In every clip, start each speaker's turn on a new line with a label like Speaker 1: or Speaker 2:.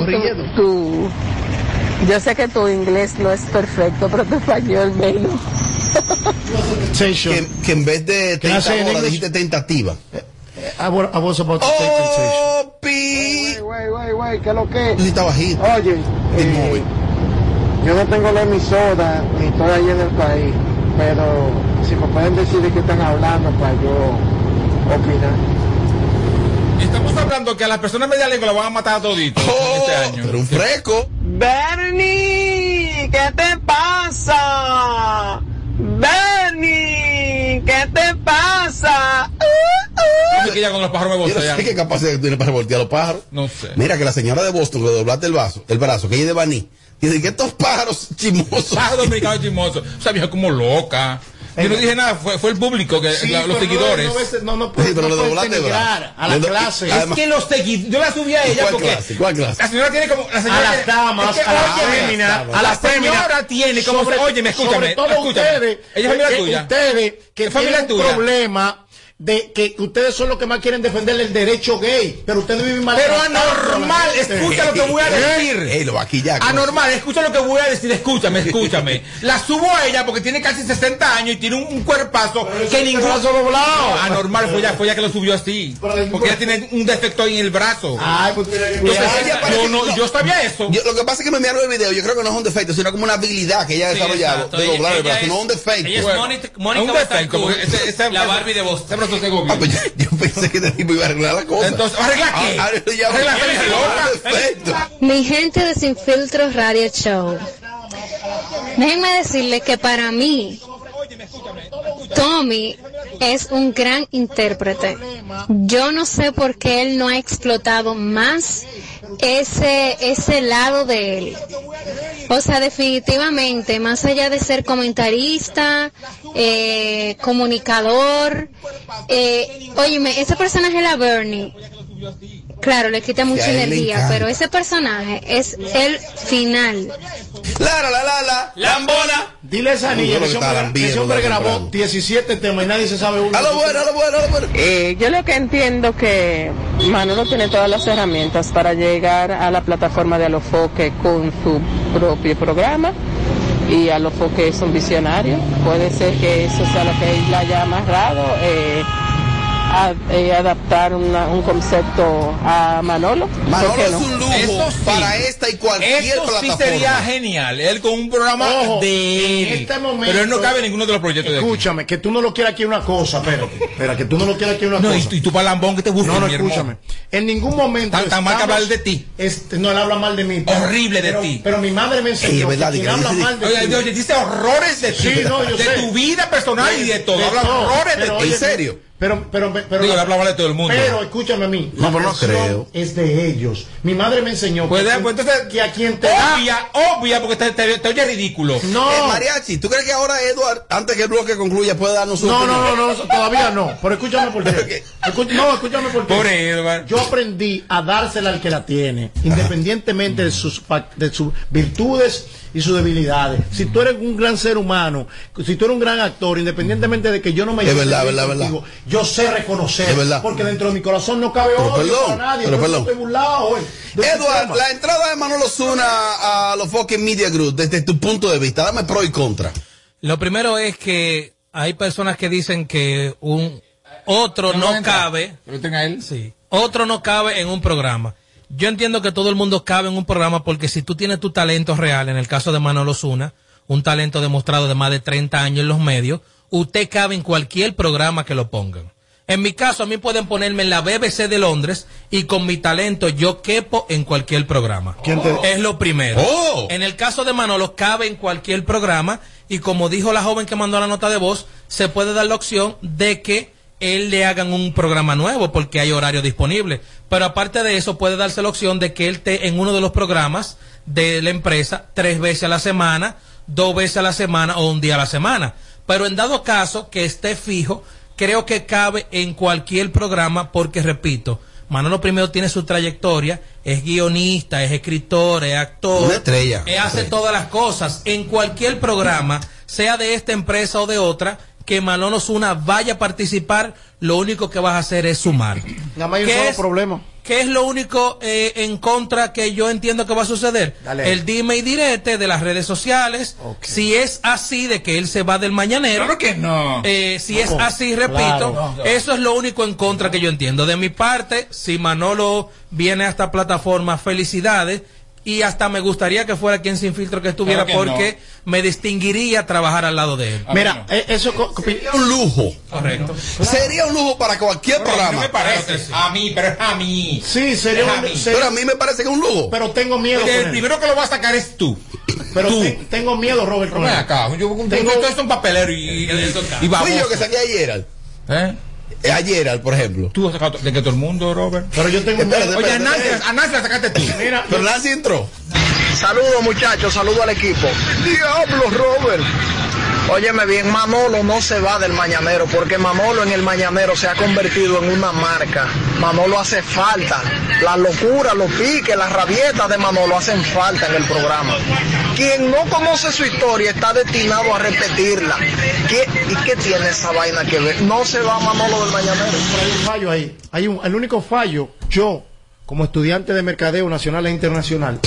Speaker 1: corriendo. Tú, tú,
Speaker 2: yo sé que tu inglés no es perfecto, pero tu español menos.
Speaker 1: que, que en vez de tentativa dijiste tentativa.
Speaker 3: Eh, I was, I was about to
Speaker 1: oh,
Speaker 4: Oye, güey, güey, güey, ¿qué es lo que?
Speaker 1: Está bajito.
Speaker 4: Oye, eh, yo no tengo la emisora ni estoy ahí en el país, pero si me pueden decir de qué están hablando para yo opinar.
Speaker 5: Estamos hablando que a las personas media lengua la van a matar a toditos
Speaker 1: oh, este año. Pero un fresco.
Speaker 6: Bernie, ¿qué te pasa? Bernie, ¿qué te pasa?
Speaker 5: No sé que ya con los pájaros me voltean.
Speaker 1: Yo no sé qué capacidad tiene para voltear a los pájaros.
Speaker 5: No sé.
Speaker 1: Mira que la señora de Boston, que doblaste el, vaso, el brazo, que ella es de Baní, dice que estos pájaros chismosos.
Speaker 5: Pájaros dominicanos chismosos. O sea, vieja como loca. Yo no dije nada, fue, fue el público, que
Speaker 3: Sí,
Speaker 5: la- los
Speaker 3: pero
Speaker 5: seguidores.
Speaker 3: No, no, ves- no, no puedes,
Speaker 1: Sí, pero
Speaker 3: no
Speaker 1: lo
Speaker 3: puedes
Speaker 1: doblaste,
Speaker 3: denigrar
Speaker 1: ¿verdad?
Speaker 3: a la
Speaker 1: Lo do-
Speaker 3: clase.
Speaker 1: y-
Speaker 5: Es
Speaker 1: Además-
Speaker 5: que los seguidores. Yo la subí a ella
Speaker 1: ¿Cuál
Speaker 5: porque.
Speaker 1: clase? ¿Cuál clase?
Speaker 5: La señora tiene como. La señora
Speaker 3: A las
Speaker 5: tiene-
Speaker 3: damas,
Speaker 5: es que,
Speaker 3: a las
Speaker 5: óyeme,
Speaker 3: féminas,
Speaker 5: A
Speaker 3: a
Speaker 5: la
Speaker 3: las féminas.
Speaker 5: señora tiene como.
Speaker 3: Sobre-
Speaker 5: óyeme, escúchame.
Speaker 3: sobre todo
Speaker 5: escúchame.
Speaker 3: ustedes,
Speaker 5: Ella es amiga
Speaker 3: que
Speaker 5: tuya.
Speaker 3: Ustedes que
Speaker 5: Es familia
Speaker 3: tienen un
Speaker 5: tuya.
Speaker 3: problema de que ustedes son los que más quieren defender el derecho gay, pero ustedes viven mal. ¿Eh?
Speaker 5: Pero anormal, escucha lo que voy a decir.
Speaker 1: Ey, Eh, lo va a quillar. ¿cómo?
Speaker 5: Anormal, escucha lo que voy a decir, escúchame, escúchame. La subo a ella porque tiene casi 60 años y tiene un, un cuerpazo que ningún brazo doblado. anormal fue ella, fue ella que lo subió así. Porque ella tiene un defecto ahí en el brazo.
Speaker 3: Ay, pues
Speaker 5: Entonces,
Speaker 1: Ella
Speaker 5: yo
Speaker 1: parece-
Speaker 5: no- yo sabía eso.
Speaker 1: Yo- lo que pasa es que me miraron el video, yo creo que no es un defecto, sino como una habilidad que ella ha
Speaker 7: Sí,
Speaker 1: desarrollado
Speaker 7: exacto.
Speaker 1: de
Speaker 7: Ella-
Speaker 1: doblar el
Speaker 7: ella
Speaker 1: brazo,
Speaker 7: es-
Speaker 1: no es un defecto.
Speaker 7: ella es
Speaker 1: Bueno.
Speaker 7: Mónica-
Speaker 5: Es
Speaker 7: Mónica
Speaker 5: un defecto,
Speaker 7: Betancourt,
Speaker 5: porque ese- ese-
Speaker 7: la Barbie de vos.
Speaker 5: Este brazo tengo
Speaker 1: Ah, pues yo, yo pensé que este tipo iba a arreglar la cosa.
Speaker 5: Entonces, ¿arregla qué?
Speaker 1: Ah, ah, ya-
Speaker 5: ¿Arregla
Speaker 1: ya-
Speaker 5: qué,
Speaker 1: ya-
Speaker 5: loca?
Speaker 1: defecto.
Speaker 8: Mi gente de Sin Filtro Radio Show. Déjenme decirles que para mí, Tommy es un gran intérprete. Yo no sé por qué él no ha explotado más ese, ese lado de él. O sea, definitivamente, más allá de ser comentarista, eh, comunicador, eh, óyeme, ese personaje la Bernie, claro, le quita mucha
Speaker 1: a él le
Speaker 8: energía,
Speaker 1: encanta.
Speaker 8: pero ese personaje es el final.
Speaker 1: Claro, la, la, la.
Speaker 7: Lambona.
Speaker 3: Dile esa
Speaker 1: Uy,
Speaker 3: niña
Speaker 1: yo
Speaker 3: que
Speaker 1: lo
Speaker 3: ese
Speaker 1: que estaba
Speaker 3: hombre, ese
Speaker 1: viendo,
Speaker 3: hombre
Speaker 1: lo que
Speaker 3: grabó
Speaker 1: comprando.
Speaker 3: 17 temas y nadie se sabe uno.
Speaker 1: A lo bueno, a lo bueno, a lo bueno.
Speaker 2: Eh, yo lo que entiendo que Manolo tiene todas las herramientas para llegar a la plataforma de Alofoque con su propio programa y Alofoque es un visionario. Puede ser que eso sea lo que él haya amarrado, eh, a- eh, adaptar una- un concepto a Manolo. ¿Por
Speaker 1: Manolo
Speaker 2: qué
Speaker 1: es
Speaker 2: no?
Speaker 1: un
Speaker 5: Eso
Speaker 1: lujo
Speaker 5: sí.
Speaker 1: para esta y cualquier
Speaker 5: Eso sí
Speaker 1: plataforma.
Speaker 5: sería genial. Él con un programa
Speaker 3: Ojo,
Speaker 5: de él.
Speaker 3: en este momento-
Speaker 5: Pero él no cabe en ninguno de los proyectos de aquí.
Speaker 3: Escúchame, que tú no lo quieras aquí una cosa, pero, espera, que tú no lo quieras aquí una
Speaker 5: No,
Speaker 3: cosa.
Speaker 5: y, tú- y tu palambón que te busca,
Speaker 3: No, no,
Speaker 5: mi hermano.
Speaker 3: escúchame. En ningún momento.
Speaker 5: Tan- tan mal que
Speaker 3: estamos-
Speaker 5: hablar de ti.
Speaker 3: Este, no, él habla mal de mí. pero-
Speaker 5: Horrible de
Speaker 3: pero-
Speaker 5: ti.
Speaker 3: Pero mi madre me enseñó.
Speaker 1: Ey, es verdad,
Speaker 3: que quien
Speaker 1: que
Speaker 3: habla
Speaker 1: dice-
Speaker 3: mal de
Speaker 5: Oye,
Speaker 3: ti.
Speaker 5: oye, dice horrores de ti.
Speaker 3: Sí, no, yo
Speaker 5: de
Speaker 3: sé.
Speaker 5: tu vida personal y de todo. Habla
Speaker 3: todo,
Speaker 5: horrores de
Speaker 3: pero
Speaker 5: ti.
Speaker 3: oye,
Speaker 1: ¿En serio?
Speaker 3: Pero, pero, pero.
Speaker 5: Digo, le habla mal de todo el mundo.
Speaker 3: Pero escúchame a mí.
Speaker 1: No, pero no
Speaker 3: la presión
Speaker 1: creo.
Speaker 3: Es de ellos. Mi madre me enseñó.
Speaker 5: Pues,
Speaker 3: que,
Speaker 5: eh, pues, entonces,
Speaker 3: que a quien te da.
Speaker 5: obvia, obvia, porque te, te- te oye ridículo.
Speaker 3: No.
Speaker 1: Eh, mariachi, ¿tú crees que ahora Edward, antes que el bloque concluya, puede darnos un
Speaker 3: No, no, no, no, todavía no. Pero escúchame por qué.
Speaker 1: ¿Qué?
Speaker 3: Escu- no, escúchame por qué.
Speaker 5: Pobre Edward.
Speaker 3: Yo aprendí a dársela al que la tiene, independientemente de sus, fa- de sus virtudes y sus debilidades. Si tú eres un gran ser humano, si tú eres un gran actor, independientemente de que yo no me
Speaker 1: Es
Speaker 3: lleve
Speaker 1: verdad,
Speaker 3: bien
Speaker 1: verdad, verdad.
Speaker 3: yo sé reconocer,
Speaker 1: Es verdad.
Speaker 3: porque dentro de mi corazón no cabe
Speaker 1: Pero
Speaker 3: odio
Speaker 1: perdón,
Speaker 3: para nadie.
Speaker 1: pero
Speaker 3: por eso
Speaker 1: perdón.
Speaker 3: estoy burlado hoy de este
Speaker 1: Edward,
Speaker 3: tema.
Speaker 1: la entrada de Manolo Zuna a los fucking Media Group, desde tu punto de vista, dame pro y contra.
Speaker 7: Lo primero es que hay personas que dicen que un otro no cabe.
Speaker 5: Pero tenga él.
Speaker 7: Sí. Otro no cabe en un programa. Yo entiendo que todo el mundo cabe en un programa porque si tú tienes tu talento real, en el caso de Manolo Zuna, un talento demostrado de más de 30 años en los medios, usted cabe en cualquier programa que lo pongan. En mi caso, a mí pueden ponerme en la BBC de Londres y con mi talento yo quepo en cualquier programa.
Speaker 3: ¿Quién te-
Speaker 7: Es lo primero.
Speaker 1: Oh.
Speaker 7: En el caso de Manolo, cabe en cualquier programa y como dijo la joven que mandó la nota de voz, se puede dar la opción de que él le hagan un programa nuevo porque hay horario disponible. Pero aparte de eso, puede darse la opción de que él esté en uno de los programas de la empresa tres veces a la semana, dos veces a la semana o un día a la semana. Pero en dado caso que esté fijo, creo que cabe en cualquier programa porque, repito, Manolo primero tiene su trayectoria, es guionista, es escritor, es actor.
Speaker 1: Una estrella.
Speaker 7: Eh, hace
Speaker 1: Estrella.
Speaker 7: todas las cosas. En cualquier programa, sea de esta empresa o de otra, que Manolo Zuna vaya a participar, lo único que vas a hacer es sumar.
Speaker 3: Nada más hay un
Speaker 7: ¿Qué
Speaker 3: solo
Speaker 7: es-
Speaker 3: problema.
Speaker 7: ¿Qué es lo único eh, en contra que yo entiendo que va a suceder?
Speaker 3: Dale.
Speaker 7: El dime y direte de las redes sociales.
Speaker 3: Ok.
Speaker 7: Si es así de que él se va del mañanero.
Speaker 6: Claro que no.
Speaker 7: Eh, si es
Speaker 3: No,
Speaker 7: así,
Speaker 3: claro,
Speaker 7: repito,
Speaker 3: no.
Speaker 7: eso es lo único en contra que yo entiendo. De mi parte, si Manolo viene a esta plataforma, felicidades. Y hasta me gustaría que fuera quien sin filtro que estuviera
Speaker 6: Claro que
Speaker 7: porque me distinguiría trabajar al lado de él.
Speaker 6: Ah,
Speaker 3: Mira,
Speaker 6: bueno.
Speaker 3: eh, eso. co- co-
Speaker 1: Sería un lujo.
Speaker 7: Correcto.
Speaker 1: Sería un lujo para cualquier
Speaker 6: No
Speaker 1: programa.
Speaker 6: me parece. A mí, pero es a mí.
Speaker 3: Este Sí, sería
Speaker 6: Es a
Speaker 3: un-
Speaker 6: mí.
Speaker 3: se-
Speaker 1: Pero a mí me parece que es un lujo.
Speaker 3: Pero tengo miedo.
Speaker 6: Porque
Speaker 3: con
Speaker 6: el
Speaker 3: él.
Speaker 6: primero que lo va a sacar es tú.
Speaker 3: Pero
Speaker 6: tú.
Speaker 3: te- tengo miedo, Robert.
Speaker 6: Pero
Speaker 3: con
Speaker 6: ven
Speaker 3: él.
Speaker 6: acá. Yo, yo,
Speaker 3: Tengo-
Speaker 6: todo esto es un papelero y, y, y baboso.
Speaker 1: Fui yo que saqué a Gerald.
Speaker 6: ¿Eh?
Speaker 1: Eh, A Gerald, por ejemplo.
Speaker 6: Tú has sacado to- de que todo el mundo, Robert.
Speaker 3: Pero yo tengo
Speaker 1: Espérate,
Speaker 3: miedo.
Speaker 6: Oye, a
Speaker 1: espérate,
Speaker 6: Nancy,
Speaker 1: espérate.
Speaker 6: a Nancy la sacaste tú.
Speaker 3: Mira,
Speaker 1: Pero Nancy entró.
Speaker 5: Saludos muchachos, saludos al equipo. Diablo, Robert. Óyeme bien, Manolo no se va del mañanero porque Manolo en el mañanero se ha convertido en una marca. Manolo hace falta. La locura, los piques, las rabietas de Manolo hacen falta en el programa. Quien no conoce su historia está destinado a repetirla. ¿Qué, ¿Y qué tiene esa vaina que ver? No se va Manolo del mañanero.
Speaker 3: pero hay un fallo ahí. Hay un, el único fallo, yo, como estudiante de mercadeo nacional e internacional,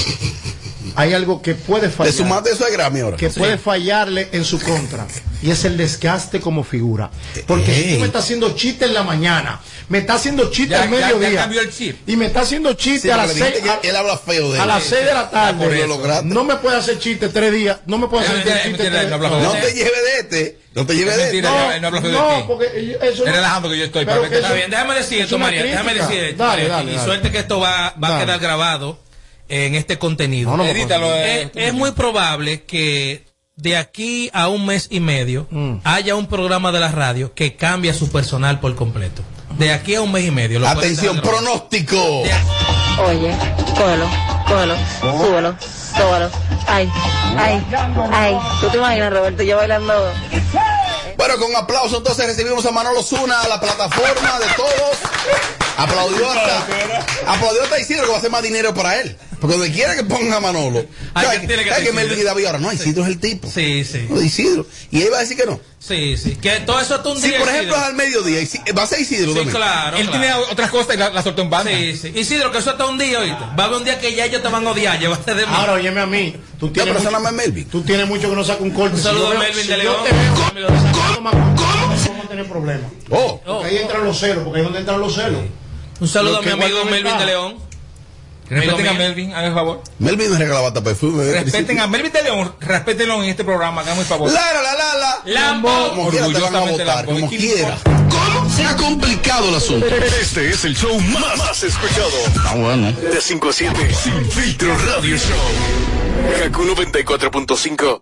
Speaker 3: hay algo que puede
Speaker 1: Le
Speaker 3: fallar.
Speaker 1: sumaste eso de Grammy ahora.
Speaker 3: que puede fallarle en su contra. Y es el desgaste como figura. Porque si tú me está haciendo chiste en la mañana, me está haciendo chiste
Speaker 6: Ya-
Speaker 3: al
Speaker 6: ya- ya
Speaker 3: mediodía.
Speaker 6: cambió el chip.
Speaker 3: Y me está haciendo chiste
Speaker 1: Sí,
Speaker 3: a las
Speaker 1: porque le dijiste
Speaker 3: seis.
Speaker 1: que él habla feo de
Speaker 3: a
Speaker 1: él.
Speaker 3: las seis de la
Speaker 1: por eso
Speaker 3: tarde.
Speaker 1: lo lograste.
Speaker 3: No me puede hacer chiste tres días. No me puede
Speaker 6: Él-
Speaker 3: hacer
Speaker 6: él- él-
Speaker 3: chiste
Speaker 6: él-
Speaker 3: tres
Speaker 6: él no habla feo de
Speaker 1: No
Speaker 6: él.
Speaker 1: te lleves de este. No te lleves
Speaker 6: Es
Speaker 1: de
Speaker 6: mentira.
Speaker 1: este.
Speaker 6: Mira, él no habla feo de ti.
Speaker 3: no, porque eso
Speaker 6: Estoy
Speaker 3: no-
Speaker 6: relajando que yo estoy,
Speaker 3: pero
Speaker 6: perfecto.
Speaker 3: que
Speaker 6: Está
Speaker 3: eso-
Speaker 6: bien,
Speaker 7: déjame decir
Speaker 3: es
Speaker 7: esto,
Speaker 3: una
Speaker 7: María. Déjame
Speaker 3: crítica.
Speaker 7: decir esto.
Speaker 3: Dale,
Speaker 7: María,
Speaker 3: dale,
Speaker 7: y
Speaker 3: dale.
Speaker 7: suerte que esto va, va
Speaker 3: Dale.
Speaker 7: a quedar grabado en este contenido.
Speaker 3: No, no,
Speaker 6: Edítalo. eh,
Speaker 7: es, es muy probable que de aquí a un mes y medio
Speaker 3: Mm.
Speaker 7: haya un programa de la radio que cambie a su personal por completo. De aquí a un mes y medio. lo puedes
Speaker 1: Atención,
Speaker 7: dejar grabado.
Speaker 1: pronóstico.
Speaker 7: De aquí-
Speaker 9: Oye, cógelo, cógelo, súbelo, tómalo. Ay, ay, ay. ¿Tú te imaginas, Roberto, yo bailando?
Speaker 1: Bueno, con aplauso entonces recibimos a Manolo Zuna a la plataforma de todos. Aplaudió hasta, aplaudió hasta Isidro que va a hacer más dinero para él. Porque donde quiera que ponga a Manolo.
Speaker 7: Hay
Speaker 1: ¿Sabes
Speaker 7: que- tiene que
Speaker 1: sabes
Speaker 7: ser
Speaker 1: que Melvin y
Speaker 7: Isidro.
Speaker 1: David ahora? No, Isidro es el tipo.
Speaker 7: Sí, sí.
Speaker 1: No, Isidro. Y él va a decir que no.
Speaker 7: Sí, sí. Que todo eso es un
Speaker 1: Si
Speaker 7: día.
Speaker 1: por ejemplo es
Speaker 3: ah,
Speaker 7: Isidro.
Speaker 1: al mediodía, Isi- eh, va a ser Isidro
Speaker 7: Sí,
Speaker 1: también.
Speaker 7: claro.
Speaker 6: él
Speaker 7: claro.
Speaker 6: tiene otras cosas y la, la soltó en banda.
Speaker 7: Sí, sí. Isidro, que eso está un día, oíste. Va a haber un día que ya ellos te van a odiar. Llévate de mí.
Speaker 3: Ahora, óyeme a mí. Tú
Speaker 1: No,
Speaker 3: tienes,
Speaker 1: pero eso nada
Speaker 3: mucho,
Speaker 1: más es Melvin.
Speaker 3: tú tienes mucho que no saca un corte.
Speaker 7: Un saludo
Speaker 3: yo veo-
Speaker 7: a Melvin
Speaker 3: si
Speaker 7: de
Speaker 3: yo
Speaker 7: León.
Speaker 3: te veo-
Speaker 7: ¿Cómo? ¿Cómo?
Speaker 3: Vamos a tener problemas.
Speaker 1: Oh,
Speaker 7: Oh.
Speaker 3: Porque ahí entran los celos, porque ahí es donde entran los celos.
Speaker 7: Un saludo
Speaker 3: Lo
Speaker 7: a mi
Speaker 3: que
Speaker 7: amigo
Speaker 3: guarda
Speaker 7: Melvin
Speaker 3: ventaja.
Speaker 7: de León.
Speaker 6: Respeten
Speaker 7: Amigo
Speaker 6: a
Speaker 7: mío.
Speaker 6: Melvin, hagan el favor.
Speaker 1: Melvin me regala bata perfume. ¿verdad?
Speaker 6: Respeten a Melvin de León, respétenlo en este programa, hagan el favor.
Speaker 1: La, la, la, la, la.
Speaker 7: Lambo.
Speaker 1: Como quiera te van a
Speaker 6: Orgullosamente
Speaker 1: votar,
Speaker 6: Lambo.
Speaker 1: como
Speaker 6: ¿Y quién
Speaker 1: quiera.
Speaker 6: importa?
Speaker 1: ¿Cómo? Se ha complicado el asunto.
Speaker 10: Este es el show más, más escuchado. Ah, bueno. De 5 a 7. Sin filtro radio show. Kaku 94.5.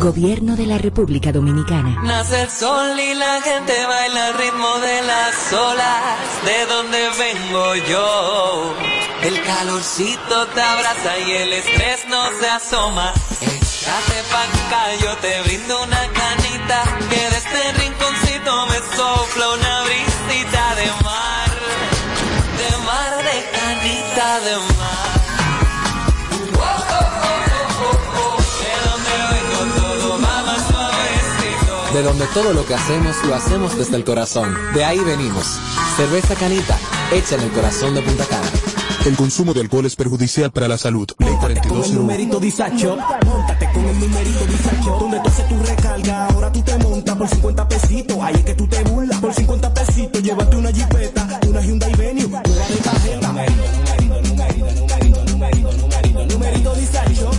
Speaker 11: Gobierno de la República Dominicana.
Speaker 12: Nace el sol y la gente baila al ritmo de las olas, de donde vengo yo. El calorcito te abraza y el estrés no se asoma. Échate pa' acá, yo te brindo una canita, que de este rinconcito me sopla una brisita de mar, de mar, de canita, de mar. Oh, oh, oh, oh, oh, oh. De donde vengo todo va más suavecito.
Speaker 13: De donde todo lo que hacemos lo hacemos desde el corazón. De ahí venimos. Cerveza Canita, hecha en el corazón de Punta Cana.
Speaker 10: El consumo de alcohol es perjudicial para la salud. Ley 4201.
Speaker 13: numerito disacho, montate con el numerito disacho. Donde tú haces tu recarga, ahora tú te montas por 50 pesitos. Ahí es que tú te burlas por 50 pesitos. Llévate una jipeta, una Hyundai Venue, nueva de tarjeta. Numerito disacho.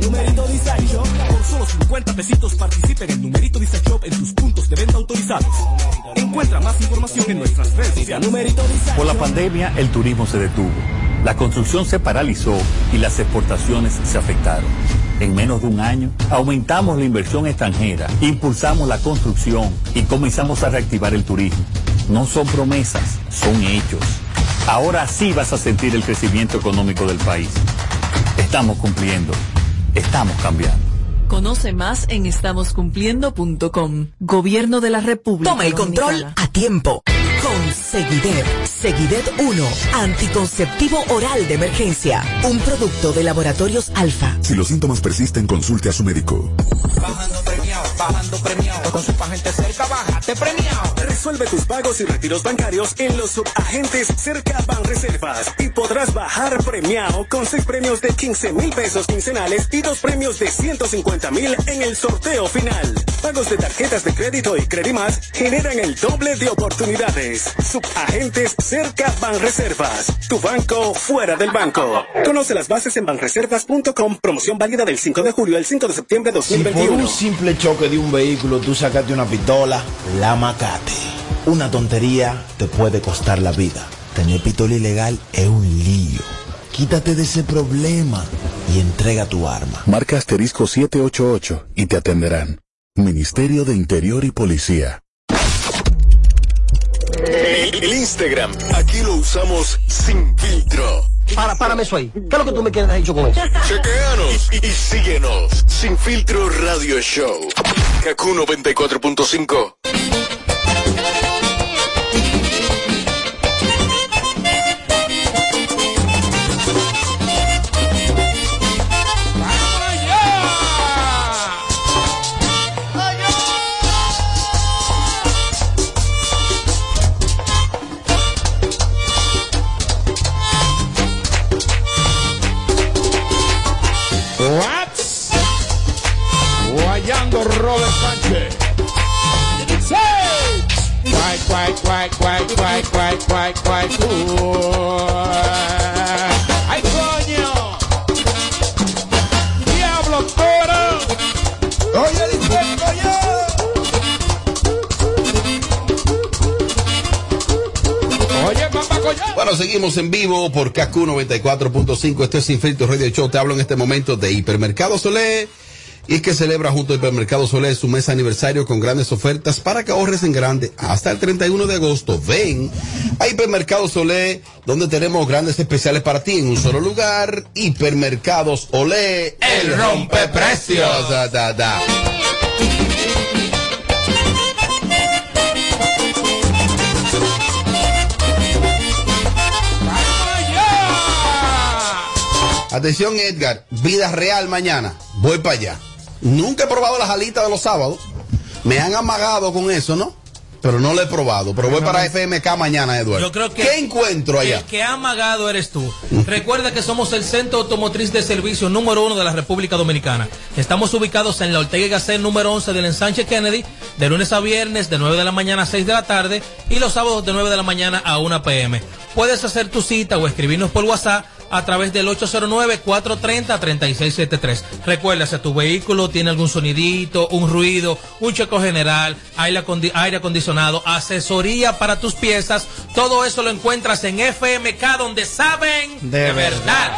Speaker 13: Numerito disacho. Por solo 50 pesitos participa en el numerito disacho en tus puntos de venta autorizados. Encuentra más información en nuestras redes sociales. Numerito disacho.
Speaker 10: Por la pandemia, el turismo se detuvo, la construcción se paralizó y las exportaciones se afectaron. En menos de un año, aumentamos la inversión extranjera, impulsamos la construcción y comenzamos a reactivar el turismo. No son promesas, son hechos. Ahora sí vas a sentir el crecimiento económico del país. Estamos cumpliendo. Estamos cambiando.
Speaker 14: Conoce más en estamoscumpliendo.com. Gobierno de la República.
Speaker 15: Toma el control
Speaker 14: Dominicana.
Speaker 15: a tiempo. Con Seguidet. Seguidet 1. Anticonceptivo oral de emergencia. Un producto de laboratorios alfa.
Speaker 16: Si los síntomas persisten, consulte a su médico.
Speaker 6: Bajando premiado, con su gente cerca, bájate premiado.
Speaker 13: Resuelve tus pagos y retiros bancarios en los subagentes cerca Banreservas y podrás bajar premiado con seis premios de 15 mil pesos quincenales y dos premios de 150 mil en el sorteo final. Pagos de tarjetas de crédito y Credimas generan el doble de oportunidades. Subagentes cerca Banreservas, tu banco fuera del banco. Conoce las bases en banreservas.com, promoción válida del 5 de julio al 5 de septiembre de
Speaker 3: Si por
Speaker 13: 2021.
Speaker 3: un simple choque de un vehículo tú sacaste una pistola, la macate. Una tontería te puede costar la vida. Tener pistola ilegal es un lío. Quítate de ese problema y entrega tu arma.
Speaker 16: Marca asterisco 788 y te atenderán. Ministerio de Interior y Policía.
Speaker 5: El, el Instagram, aquí lo usamos sin filtro. Para, párame eso ahí. ¿Qué es lo que tú me quieres dicho con eso? Chequeanos y, y síguenos. Sin filtro radio show. Kaku 94.5.
Speaker 6: What? Guayando Robert Sánchez. Guay, guay, guay, guay, guay, guay, guay, guay, guay. ¡Ay, coño! ¡Diablo toro! ¡Oye, dispuesto
Speaker 1: Oye, Bueno, seguimos en vivo por KQ 94.5. Este es Sin Filtro Radio Show. Te hablo en este momento de Hipermercado Solé. Y es que celebra junto a Hipermercado Solé su mes aniversario con grandes ofertas para que ahorres en grande hasta el 31 de agosto. Ven a Hipermercado Solé, donde tenemos grandes especiales para ti en un solo lugar. Hipermercados Olé, el rompe precios. Da, da, da. Atención Edgar, vida real mañana. Voy para allá. Nunca he probado las alitas de los sábados. Me han amagado con eso, ¿no? Pero no lo he probado. Pero voy para FMK mañana, Eduardo.
Speaker 7: Yo creo que-
Speaker 1: ¿Qué encuentro allá?
Speaker 7: El que ha amagado eres tú. Recuerda que somos el centro automotriz de servicio número uno de la República Dominicana. Estamos ubicados en la Ortega y Gasset número 11 del ensanche Kennedy, de lunes a viernes de 9 de la mañana a 6 de la tarde y los sábados de 9 de la mañana a 1 pm. Puedes hacer tu cita o escribirnos por WhatsApp a través del 809-430-3673. Recuerda, si tu vehículo tiene algún sonidito, un ruido, un checo general, aire, acondi- aire acondicionado, asesoría para tus piezas, todo eso lo encuentras en FMK donde saben
Speaker 17: De
Speaker 7: verdad.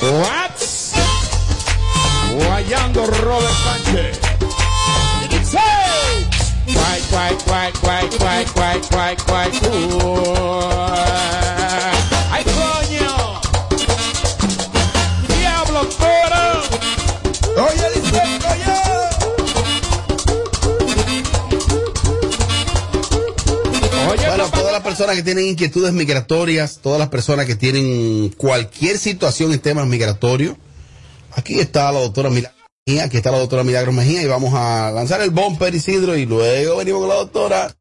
Speaker 6: What? Guayando Robert Sánchez. Guay, guay, guay, guay, guay, guay, guay, guay, guay. ¡Ay, coño! ¡Diablo toro! ¡Oye, dispuesto yo!
Speaker 1: bueno, todas las personas que tienen inquietudes migratorias, todas las personas que tienen cualquier situación en temas migratorios, aquí está la doctora Milagros Mejía, aquí está la doctora Milagros Mejía y vamos a lanzar el bumper Isidro y luego venimos con la doctora.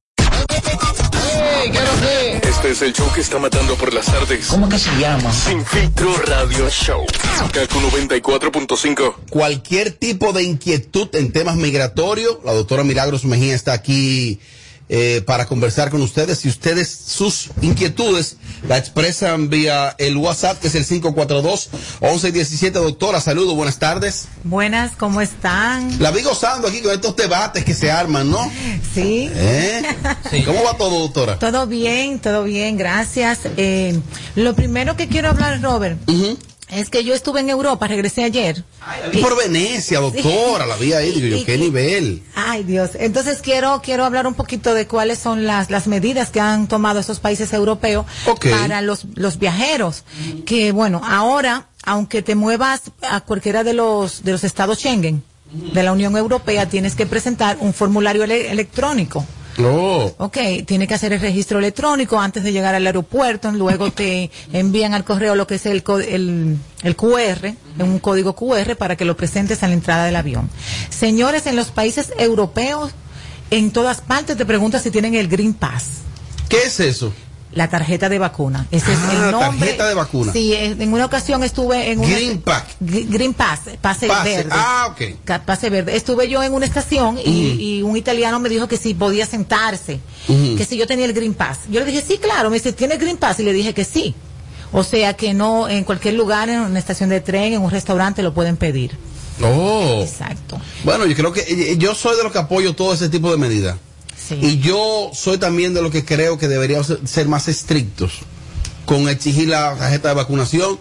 Speaker 5: Este es el show que está matando por las tardes. ¿Cómo que se llama? Sin filtro radio show. Kaku 94.5.
Speaker 1: Cualquier tipo de inquietud en temas migratorios, la doctora Milagros Mejía está aquí eh, para conversar con ustedes. Si ustedes sus inquietudes la expresan vía el WhatsApp, que es el 542-1117. Doctora, saludo, buenas tardes.
Speaker 18: Buenas, ¿cómo están?
Speaker 1: La vi gozando aquí con estos debates que se arman, ¿no?
Speaker 18: Sí.
Speaker 1: ¿Eh? ¿Cómo va todo, doctora?
Speaker 18: Todo bien, todo bien, gracias. Eh, lo primero que quiero hablar, Robert, es que yo estuve en Europa, regresé ayer.
Speaker 1: Y por Venecia, doctora, la vi ahí, digo yo, qué nivel.
Speaker 18: Ay, Dios. Entonces quiero quiero hablar un poquito de cuáles son las las medidas que han tomado esos países europeos
Speaker 1: Ok.
Speaker 18: para los los viajeros, que bueno, ahora aunque te muevas a cualquiera de los de los estados Schengen de la Unión Europea tienes que presentar un formulario ele- electrónico.
Speaker 1: No.
Speaker 18: Ok, tiene que hacer el registro electrónico antes de llegar al aeropuerto, luego te envían al correo lo que es el, co- el, el QR, un código QR para que lo presentes a la entrada del avión. Señores, en los países europeos, en todas partes te preguntan si tienen el Green Pass,
Speaker 1: ¿Qué es eso?
Speaker 18: la tarjeta de vacuna. Ese es
Speaker 1: Ah,
Speaker 18: el nombre.
Speaker 1: tarjeta de vacuna.
Speaker 18: Sí, eh, en una ocasión estuve en un
Speaker 1: Green Pack.
Speaker 18: Green Pass, pase,
Speaker 1: Pase.
Speaker 18: verde.
Speaker 1: Ah, ok.
Speaker 18: Ca- Pase verde. Estuve yo en una estación y,
Speaker 1: Mm.
Speaker 18: y un italiano me dijo que si podía sentarse,
Speaker 1: Ujú.
Speaker 18: que si yo tenía el Green Pass. Yo le dije, sí, claro. Me dice, ¿tiene Green Pass? Y le dije que sí. O sea que no, en cualquier lugar, en una estación de tren, en un restaurante, lo pueden pedir.
Speaker 1: Oh.
Speaker 18: Exacto.
Speaker 1: Bueno, yo creo que eh, yo soy de los que apoyo todo ese tipo de medidas. Y yo soy también de los que creo que deberíamos ser- ser más estrictos con exigir la tarjeta de vacunación,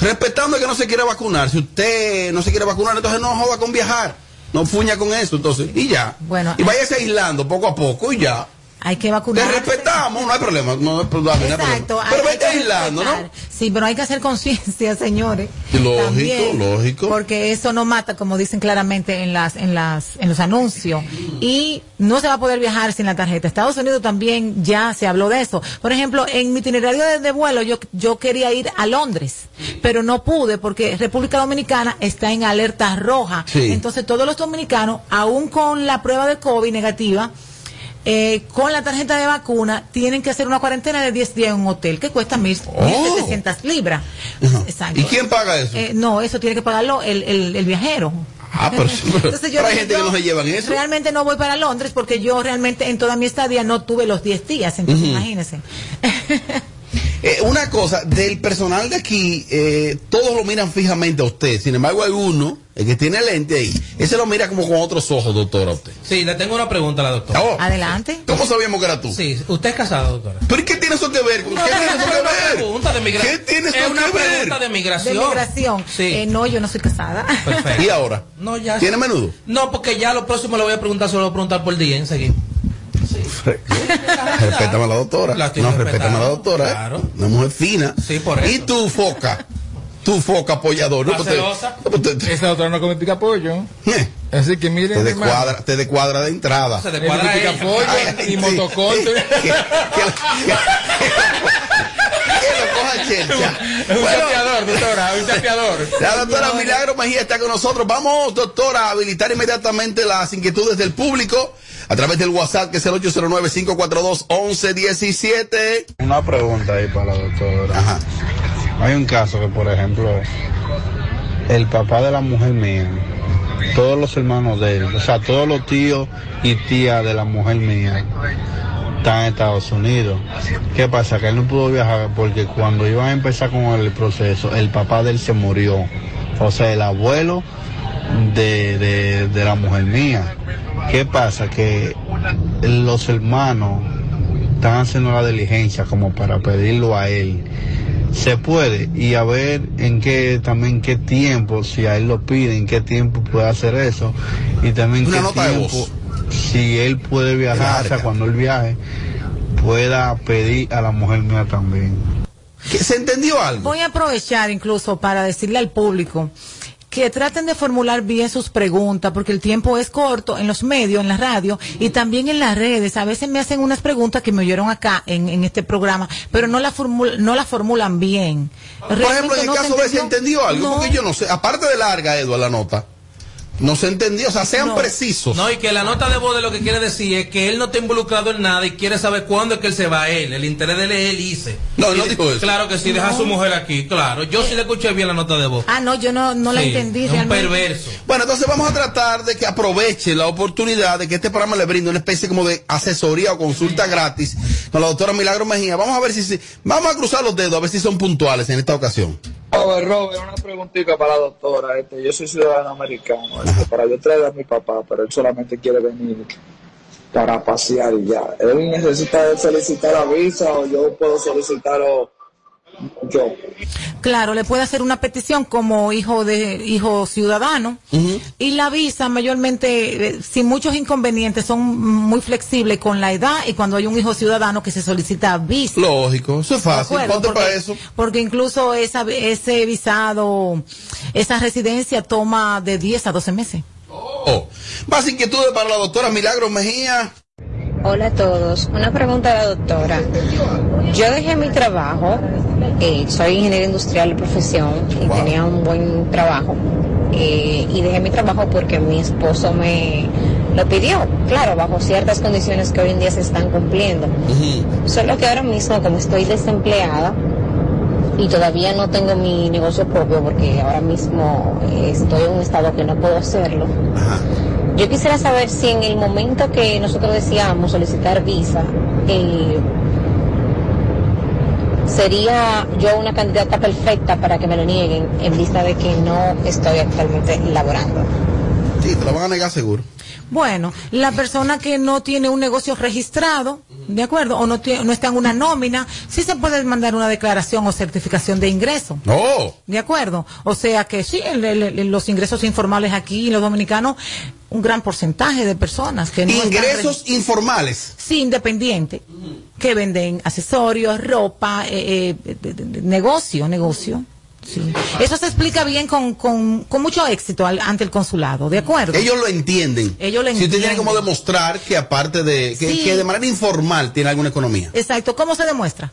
Speaker 1: respetando que no se quiere vacunar. Si usted no se quiere vacunar, entonces no joda con viajar, no fuña con eso, entonces, y ya.
Speaker 18: Bueno,
Speaker 1: y váyase aislando poco a poco y ya.
Speaker 18: Hay que
Speaker 1: Te
Speaker 18: vacunar.
Speaker 1: respetamos, no hay problema, no hay problema. no hay
Speaker 18: Exacto.
Speaker 1: problema.
Speaker 18: hay-
Speaker 1: Pero
Speaker 18: hay
Speaker 1: vete
Speaker 18: que
Speaker 1: aislando, ¿no?
Speaker 18: respetar. Sí, pero hay que hacer conciencia, señores.
Speaker 1: Lógico,
Speaker 18: También,
Speaker 1: lógico.
Speaker 18: Porque eso no mata, como dicen claramente en las, en las, en los anuncios. Y no se va a poder viajar sin la tarjeta. Estados Unidos también ya se habló de eso. Por ejemplo, en mi itinerario de, de vuelo, yo, yo quería ir a Londres, pero no pude porque República Dominicana está en alerta roja.
Speaker 6: Sí.
Speaker 18: Entonces todos los dominicanos, aún con la prueba de COVID negativa, eh, con la tarjeta de vacuna tienen que hacer una cuarentena de 10 días en un hotel que cuesta
Speaker 1: Oh.
Speaker 18: 1.700 libras. Exacto.
Speaker 1: ¿Y quién paga eso?
Speaker 18: Eh, no, eso tiene que pagarlo el, el- el viajero.
Speaker 1: Ah, pero,
Speaker 18: Entonces yo
Speaker 1: pero hay
Speaker 18: dije,
Speaker 1: gente que
Speaker 18: yo
Speaker 1: no se llevan eso.
Speaker 18: Realmente no voy para Londres porque yo realmente en toda mi estadía no tuve los 10 días, entonces
Speaker 1: Ujú.
Speaker 18: imagínense.
Speaker 1: Eh, una cosa, del personal de aquí, eh, todos lo miran fijamente a usted. Sin embargo, hay uno, el que tiene lente ahí, ese lo mira como con otros ojos, doctora. a Usted.
Speaker 7: Sí, le tengo una pregunta a la doctora.
Speaker 18: Adelante.
Speaker 1: ¿Cómo sabíamos que era tú?
Speaker 7: Sí, usted es casado, doctora.
Speaker 1: ¿Pero y qué tiene eso que ver? ¿Qué tiene eso que
Speaker 7: Es una
Speaker 1: ver?
Speaker 7: pregunta de migra-
Speaker 1: ¿Qué tiene eso
Speaker 7: Es una
Speaker 1: que ver?
Speaker 7: pregunta de migración.
Speaker 18: De migración.
Speaker 7: Sí.
Speaker 18: Eh, no, yo no soy casada.
Speaker 1: ¿Y ahora?
Speaker 7: No, ya.
Speaker 1: ¿Tiene menudo?
Speaker 7: No, porque ya lo próximo le voy a preguntar, solo voy a preguntar por día enseguida.
Speaker 1: Respétame a la doctora.
Speaker 7: La estoy
Speaker 1: no, respétame a la doctora. eh. Una mujer fina.
Speaker 7: Sí, por
Speaker 1: Y tu foca. Tu foca apoyador. No,
Speaker 5: La
Speaker 1: Pues te-
Speaker 5: celosa.
Speaker 1: no, pues te- te-
Speaker 5: Esa otra no come pica pollo. Así que miren.
Speaker 1: te descuadra, te descuadra de entrada.
Speaker 5: Se descuadra Ni picapollo,
Speaker 1: Ay,
Speaker 5: ni
Speaker 1: sí.
Speaker 5: motoconte.
Speaker 1: Que- que- que- que lo coja Chelcha.
Speaker 5: Es un
Speaker 1: Bueno,
Speaker 5: chapeador, doctora, un chapeador.
Speaker 1: La doctora Milagro Mejía está con nosotros. Vamos, doctora, a habilitar inmediatamente las inquietudes del público a través del WhatsApp que es el 809-542-1117.
Speaker 19: Una pregunta ahí para la doctora. Hay un caso que, por ejemplo, el papá de la mujer mía, todos los hermanos de él, o sea, todos los tíos y tías de la mujer mía están en Estados Unidos. ¿Qué pasa? Que él no pudo viajar porque cuando iban a empezar con el proceso, el papá de él se murió. O sea, el abuelo de, de- de la mujer mía. ¿Qué pasa? Que los hermanos están haciendo la diligencia como para pedirlo a él. Se puede y a ver en qué también qué tiempo, si a él lo piden, qué tiempo puede hacer eso y también
Speaker 1: Una
Speaker 19: qué
Speaker 1: nota de
Speaker 19: tiempo,
Speaker 1: voz.
Speaker 19: si él puede viajar, o sea, cuando él viaje pueda pedir a la mujer mía también.
Speaker 1: ¿Se entendió algo?
Speaker 18: Voy a aprovechar incluso para decirle al público que traten de formular bien sus preguntas, porque el tiempo es corto en los medios, en la radio y también en las redes. A veces me hacen unas preguntas que me oyeron acá en, en este programa, pero no las no la formulan bien.
Speaker 1: Por ejemplo, en el caso de si
Speaker 18: se
Speaker 1: entendió algo,
Speaker 18: No.
Speaker 1: porque yo no sé, aparte de larga, Eduardo, la nota, No se entendió, o sea, sean
Speaker 7: No.
Speaker 1: precisos.
Speaker 7: No, y que la nota de voz de lo que quiere decir es que él no está involucrado en nada y quiere saber cuándo es que él se va él. El interés de él es él irse.
Speaker 1: No,
Speaker 7: Y
Speaker 1: no
Speaker 7: de-
Speaker 1: dijo eso.
Speaker 7: Claro que sí, deja a su
Speaker 1: No.
Speaker 7: mujer aquí, claro. Yo sí le escuché bien la nota de voz.
Speaker 18: Ah, no, yo no, no la
Speaker 7: Sí,
Speaker 18: entendí
Speaker 7: es un
Speaker 18: realmente.
Speaker 7: perverso.
Speaker 1: Bueno, entonces vamos a tratar de que aproveche la oportunidad de que este programa le brinde una especie como de asesoría o consulta gratis con la doctora Milagro Mejía. Vamos a ver si, si- vamos a cruzar los dedos a ver si son puntuales en esta ocasión.
Speaker 2: Robert, Robert, una preguntita para la doctora. Este, yo soy ciudadano americano. este, para yo traer a mi papá, pero él solamente quiere venir para pasear y ya. eh. Él necesita solicitar la visa o yo puedo solicitar o yo.
Speaker 18: Claro, le puede hacer una petición como hijo de hijo ciudadano y la visa mayormente eh, sin muchos inconvenientes son muy flexibles con la edad y cuando hay un hijo ciudadano que se solicita visa.
Speaker 1: Lógico, eso es
Speaker 18: ¿De
Speaker 1: fácil.
Speaker 18: acuerdo?
Speaker 1: Ponte
Speaker 18: porque,
Speaker 1: para eso.
Speaker 18: porque incluso esa, ese visado, esa residencia toma de 10 a 12 meses.
Speaker 1: Oh. Más inquietudes para la doctora Milagro Mejía.
Speaker 20: Hola a todos. Una pregunta a la doctora. Yo dejé mi trabajo, eh, soy ingeniero industrial de profesión y tenía un buen trabajo. eh, y dejé mi trabajo porque mi esposo me lo pidió, claro, bajo ciertas condiciones que hoy en día se están cumpliendo. Solo que ahora mismo, como estoy desempleada y todavía no tengo mi negocio propio porque ahora mismo eh, estoy en un estado que no puedo hacerlo, yo quisiera saber si en el momento que nosotros deseamos solicitar visa, eh, sería yo una candidata perfecta para que me lo nieguen en vista de que no estoy actualmente laborando.
Speaker 1: Sí, te lo van a negar seguro.
Speaker 18: Bueno, la persona que no tiene un negocio registrado, ¿de acuerdo? O no, tie- no está en una nómina, sí se puede mandar una declaración o certificación de ingreso.
Speaker 1: No.
Speaker 18: ¿De acuerdo? O sea que sí, el- el- el- los ingresos informales aquí, los dominicanos, un gran porcentaje de personas que no están
Speaker 1: Ingresos
Speaker 18: regi-
Speaker 1: informales.
Speaker 18: Sí, independiente, que venden accesorios, ropa, eh, eh, de- de- de- negocio, negocio. Sí. Eso se explica bien con, con- con mucho éxito al- ante el consulado, ¿de acuerdo?
Speaker 1: Ellos lo entienden.
Speaker 18: Ellos lo
Speaker 1: Si usted tiene
Speaker 18: entienden.
Speaker 1: como demostrar que aparte de, que,
Speaker 18: Sí.
Speaker 1: que de manera informal tiene alguna economía.
Speaker 18: Exacto, ¿cómo se demuestra?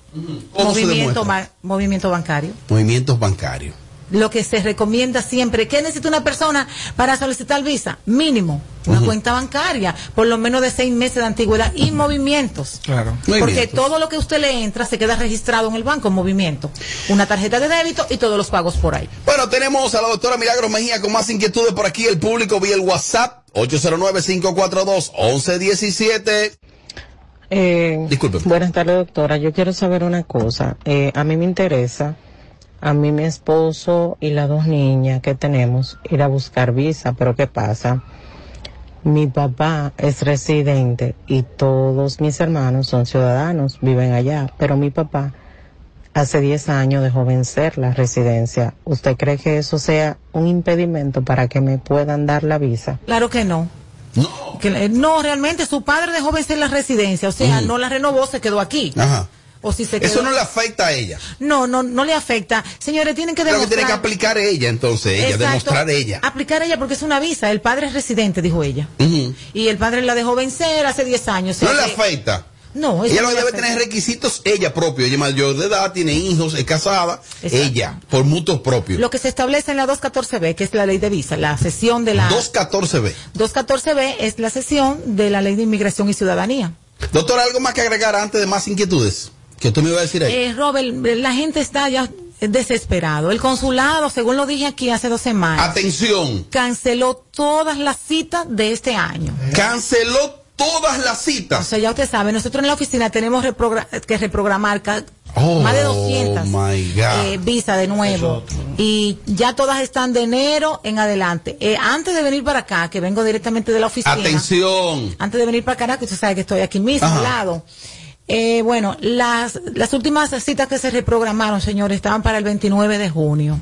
Speaker 1: ¿Cómo se
Speaker 18: movimiento,
Speaker 1: demuestra?
Speaker 18: ba- movimiento bancario.
Speaker 1: Movimientos bancarios.
Speaker 18: Lo que se recomienda siempre, ¿qué necesita una persona para solicitar visa? Mínimo, una cuenta bancaria, por lo menos de seis meses de antigüedad y movimientos.
Speaker 21: Claro.
Speaker 18: Porque todo lo que usted le entra se queda registrado en el banco en movimiento. Una tarjeta de débito y todos los pagos por ahí.
Speaker 1: Bueno, tenemos a la doctora Milagro Mejía con más inquietudes por aquí. El público vía el WhatsApp 809-542-1117.
Speaker 6: Eh,
Speaker 1: Disculpe.
Speaker 6: Buenas tardes, doctora. Yo quiero saber una cosa. Eh, a mí me interesa, a mí mi esposo y las dos niñas que tenemos, ir a buscar visa, pero ¿qué pasa? Mi papá es residente y todos mis hermanos son ciudadanos, viven allá, pero mi papá hace 10 años dejó vencer la residencia. ¿Usted cree que eso sea un impedimento para que me puedan dar la visa?
Speaker 18: Claro que no. Que le- No. realmente su padre dejó vencer la residencia, o sea,
Speaker 6: Ujú.
Speaker 18: no la renovó, se quedó aquí.
Speaker 1: Ajá.
Speaker 18: O si se quedó...
Speaker 1: Eso no le afecta a ella.
Speaker 18: No, no, no le afecta. Señores, tienen que
Speaker 1: Lo que
Speaker 18: demostrar.
Speaker 1: tiene que aplicar ella, entonces, ella,
Speaker 18: Exacto.
Speaker 1: demostrar ella.
Speaker 18: Aplicar ella porque es una visa. El padre es residente, dijo ella.
Speaker 1: Ujú.
Speaker 18: Y el padre la dejó vencer hace 10 años. o sea
Speaker 1: No
Speaker 18: que-
Speaker 1: le afecta.
Speaker 18: No, eso
Speaker 1: Ella lo
Speaker 18: no
Speaker 1: que
Speaker 18: le
Speaker 1: debe
Speaker 18: afecta.
Speaker 1: tener requisitos ella propio. Ella es mayor de edad, tiene hijos, es casada. Ella, por mutuos propios.
Speaker 18: Lo que se establece en la 214B, que es la ley de visa, la sesión de la...
Speaker 1: 214B.
Speaker 18: 214B es la sesión de la ley de inmigración y ciudadanía.
Speaker 1: Doctor, ¿algo más que agregar antes de más inquietudes? Que usted me iba a decir ahí.
Speaker 18: Eh, Robert, la gente está ya desesperado. El consulado, según lo dije aquí hace dos semanas,
Speaker 1: Atención.
Speaker 18: canceló todas las citas de este año.
Speaker 1: Canceló todas las citas.
Speaker 18: O sea, ya usted sabe, nosotros en la oficina tenemos reprogra- que reprogramar ca- más de 200
Speaker 1: Oh my God.
Speaker 18: eh, visas de nuevo. Y ya todas están de enero en adelante. Eh, antes de venir para acá, que vengo directamente de la oficina.
Speaker 1: Atención.
Speaker 18: Antes de venir para Caracas, usted sabe que estoy aquí mismo,
Speaker 1: Ajá.
Speaker 18: al lado. Eh, bueno, las, las últimas citas que se reprogramaron, señores, estaban para el 29 de junio.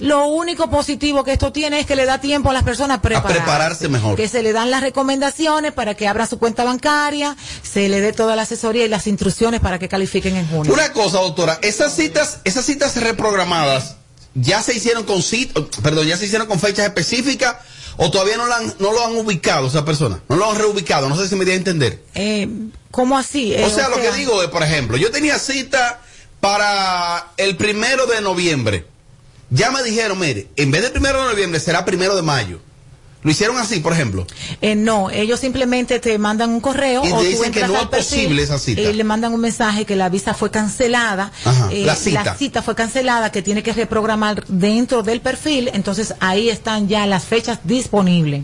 Speaker 18: Lo único positivo que esto tiene es que le da tiempo a las personas a prepararse,
Speaker 1: prepararse mejor.
Speaker 18: Que se le dan las recomendaciones para que abran su cuenta bancaria, se le dé toda la asesoría y las instrucciones para que califiquen en junio.
Speaker 1: Una cosa, doctora, esas citas, esas citas reprogramadas ya se hicieron con cit- perdón, ya se hicieron con fechas específicas o todavía no, la han- no lo han ubicado esa persona, no lo han reubicado, no sé si me di a entender.
Speaker 18: Eh, ¿Cómo así? Eh,
Speaker 1: o sea, lo que digo es, por ejemplo, yo tenía cita para el primero de noviembre. Ya me dijeron, mire, en vez del primero de noviembre será primero de mayo. Lo hicieron así, por ejemplo.
Speaker 18: Eh, no, ellos simplemente te mandan un correo
Speaker 1: Y te
Speaker 18: o tú
Speaker 1: dicen que
Speaker 18: entras
Speaker 1: no
Speaker 18: al
Speaker 1: es
Speaker 18: perfil
Speaker 1: posible esa cita.
Speaker 18: Y le mandan un mensaje que la visa fue cancelada. Eh,
Speaker 1: Ajá, la cita.
Speaker 18: fue cancelada, que tiene que reprogramar dentro del perfil. Entonces ahí están ya las fechas disponibles.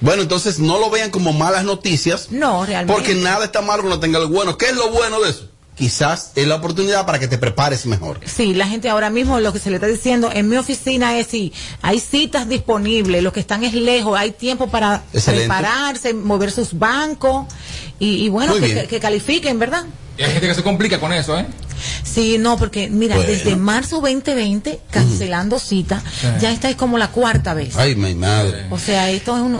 Speaker 1: Bueno, entonces no lo vean como malas noticias.
Speaker 18: No, realmente.
Speaker 1: Porque nada está malo que no tenga lo bueno. ¿Qué es lo bueno de eso? Quizás es la oportunidad para que te prepares mejor.
Speaker 18: Sí, la gente ahora mismo lo que se le está diciendo en mi oficina es si hay citas disponibles, los que están es lejos, hay tiempo para
Speaker 1: Excelente.
Speaker 18: prepararse, mover sus bancos y, y bueno,
Speaker 21: Muy
Speaker 18: que,
Speaker 21: bien.
Speaker 18: que califiquen, ¿verdad?
Speaker 21: Y hay gente que se complica con eso, ¿eh?
Speaker 18: Sí, no, porque mira,
Speaker 21: Bueno.
Speaker 18: desde marzo 2020, cancelando cita,
Speaker 1: Sí.
Speaker 18: ya esta es como la cuarta vez.
Speaker 1: Ay, mi madre.
Speaker 18: O sea, esto es, un-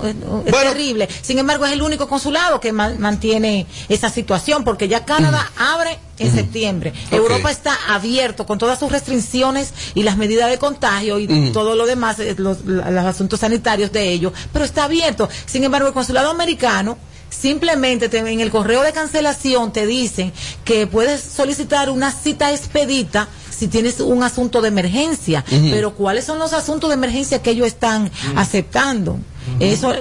Speaker 18: es- es terrible. Sin embargo, es el único consulado que ma- mantiene esa situación, porque ya Canadá abre en septiembre.
Speaker 1: Ok.
Speaker 18: Europa está abierto con todas sus restricciones y las medidas de contagio y
Speaker 1: Ujú.
Speaker 18: todo lo demás, eh, los, la- los asuntos sanitarios de ellos, pero está abierto. Sin embargo, el consulado americano simplemente te- en el correo de cancelación te dicen que puedes solicitar una cita expedita si tienes un asunto de emergencia,
Speaker 22: Ujú.
Speaker 18: pero ¿cuáles son los asuntos de emergencia que ellos están
Speaker 1: Mm.
Speaker 18: aceptando? Eso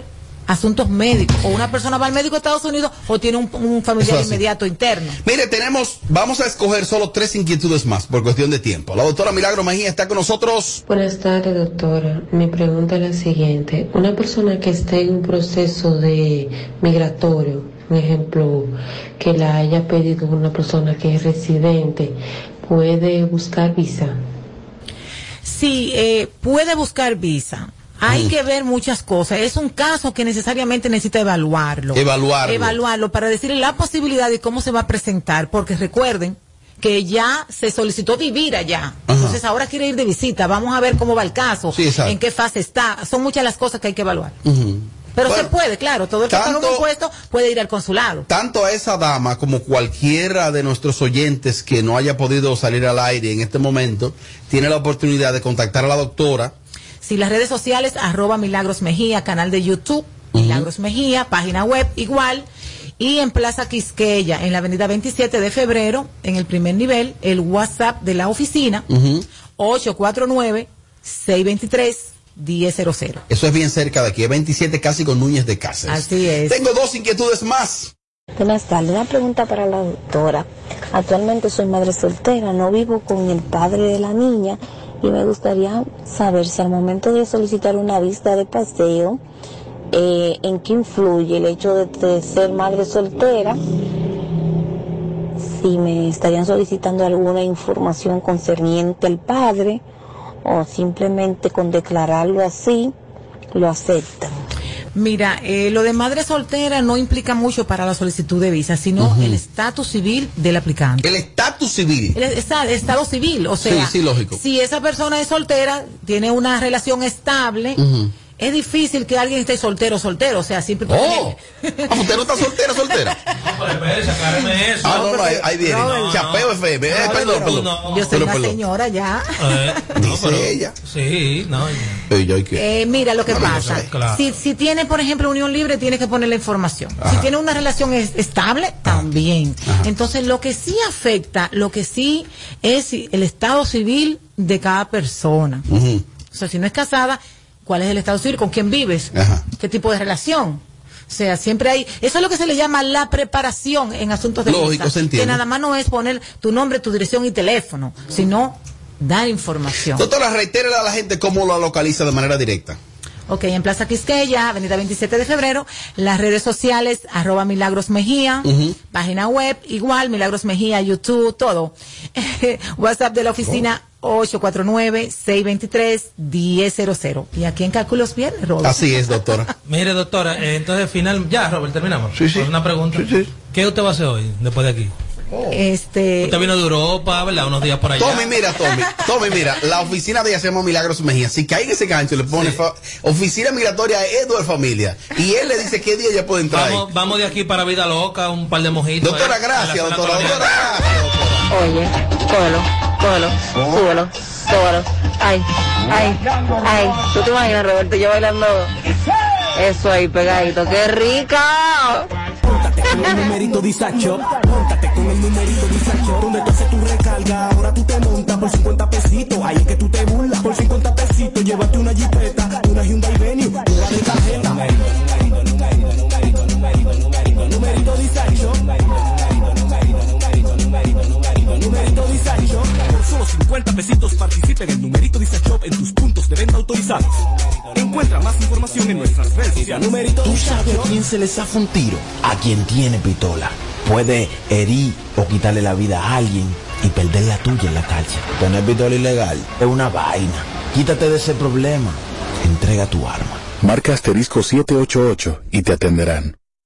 Speaker 18: asuntos médicos o una persona va al médico de Estados Unidos o tiene un, un familiar
Speaker 1: Eso así.
Speaker 18: inmediato interno.
Speaker 1: Mire, tenemos, vamos a escoger solo tres inquietudes más por cuestión de tiempo. La doctora Milagro Mejía está con nosotros.
Speaker 9: Buenas tardes, doctora. Mi pregunta es la siguiente. Una persona que esté en un proceso de migratorio, un ejemplo, que la haya pedido una persona que es residente, ¿puede buscar visa?
Speaker 18: Sí, eh, puede buscar visa. Hay
Speaker 1: Mm.
Speaker 18: que ver muchas cosas. Es un caso que necesariamente necesita evaluarlo.
Speaker 1: Evaluarlo.
Speaker 18: Evaluarlo para decirle la posibilidad de cómo se va a presentar. Porque recuerden que ya se solicitó vivir allá. Entonces ahora quiere ir de visita. Vamos a ver cómo va el caso.
Speaker 1: Sí, exacto.
Speaker 18: en qué fase está. Son muchas las cosas que hay que evaluar.
Speaker 1: Ujú.
Speaker 18: Pero se puede, claro. Todo el que paga un impuesto puede ir al consulado.
Speaker 1: Tanto a esa dama como cualquiera de nuestros oyentes que no haya podido salir al aire en este momento, tiene la oportunidad de contactar a la doctora.
Speaker 18: Si las redes sociales, arroba Milagros Mejía, canal de YouTube, Milagros Mejía, página web igual. Y en Plaza Quisqueya, en la avenida 27 de febrero, en el primer nivel, el WhatsApp de la oficina, 849-623-1000.
Speaker 1: Eso es bien cerca de aquí, es 27 casi con Núñez de Cáceres.
Speaker 18: Así es.
Speaker 1: Tengo dos inquietudes más.
Speaker 11: Buenas tardes, una pregunta para la doctora. Actualmente soy madre soltera, no vivo con el padre de la niña y me gustaría saber si al momento de solicitar una vista de paseo, eh, ¿en qué influye el hecho de, de ser madre soltera? Si me estarían solicitando alguna información concerniente al padre o simplemente con declararlo así, lo aceptan.
Speaker 18: Mira, eh, lo de madre soltera no implica mucho para la solicitud de visa, sino
Speaker 1: Ujú.
Speaker 18: el estatus civil del aplicante.
Speaker 1: El estatus civil.
Speaker 18: El esta- estado civil, o
Speaker 1: Sí,
Speaker 18: sea,
Speaker 1: sí, lógico.
Speaker 18: si esa persona es soltera, tiene una relación estable,
Speaker 1: Ujú.
Speaker 18: es difícil que alguien esté soltero, soltero, o sea, siempre...
Speaker 1: ¡Oh! Ah, usted no está soltera, soltera. Ah, no, no, ahí, ahí viene. Chapeo FM. Eh, perdón, perdón.
Speaker 18: Yo soy
Speaker 1: Pero
Speaker 18: una
Speaker 1: perdón.
Speaker 18: señora ya.
Speaker 1: Dice ella.
Speaker 7: Eh, Sí, no.
Speaker 18: Eh, mira lo que
Speaker 7: Claro,
Speaker 18: pasa.
Speaker 7: claro.
Speaker 18: Si, si tiene, por ejemplo, unión libre, tiene que poner la información. Si
Speaker 7: Ajá.
Speaker 18: tiene una relación es- estable, también. Entonces, lo que sí afecta, lo que sí es el estado civil de cada persona. O sea, si no es casada, ¿cuál es el estado civil? ¿Con quién vives? ¿Qué tipo de relación? O sea, siempre hay. Eso es lo que se le llama la preparación en asuntos de
Speaker 1: Lógico,
Speaker 18: visa,
Speaker 1: se entiende.
Speaker 18: Que nada más no es poner tu nombre, tu dirección y teléfono, sino dar información.
Speaker 1: Doctora, reitérele a la gente cómo lo localiza de manera directa.
Speaker 18: Ok, en Plaza Quisqueya, Avenida 27 de Febrero, las redes sociales, arroba Milagros Mejía,
Speaker 1: Ujú.
Speaker 18: página web, igual, Milagros Mejía, YouTube, todo. WhatsApp de la oficina, 849-623-1000. Y aquí en Cálculos Viernes, Robert.
Speaker 1: Así es, doctora.
Speaker 7: Mire, doctora, eh, entonces final. Ya, Robert, terminamos. Sí, sí. Una pregunta. ¿Qué usted va a hacer hoy, después de aquí?
Speaker 18: Este,
Speaker 7: Usted vino de Europa, ¿verdad? Unos días por allá.
Speaker 1: Tommy, mira, Tommy, Tommy, mira, la oficina de Yacemos Milagros Mejía, si cae en ese gancho, le pone fa- oficina migratoria Eduard Familia, y él le dice qué día ya puede entrar. ahí.
Speaker 7: Vamos, vamos de aquí para Vida Loca, un par de mojitos.
Speaker 1: Doctora,
Speaker 7: eh,
Speaker 1: gracias,
Speaker 7: en la zona
Speaker 1: doctora,
Speaker 7: colonial.
Speaker 9: Oye, cógelo, cógelo, súbelo, súbelo. Ay, ay, ay. ¿Tú te imaginas, Roberto, yo bailando eso ahí pegadito? ¡Qué rica!
Speaker 13: Con el numerito Disacho, montate con el numerito Disacho, donde tú haces tu recarga, ahora tú te montas por 50 pesitos, ahí es que tú te burlas por 50 pesitos, llévate una jipeta, una Hyundai Venue, una de cajeta, información en nuestras redes sociales.
Speaker 23: Numerito, ¿Tú sabes a quién se le zafa un tiro? A quien tiene pistola. Puede herir o quitarle la vida a alguien y perder la tuya en la calle. Tener pistola ilegal es una vaina. Quítate de ese problema. Entrega tu arma.
Speaker 16: Marca asterisco 788 y te atenderán.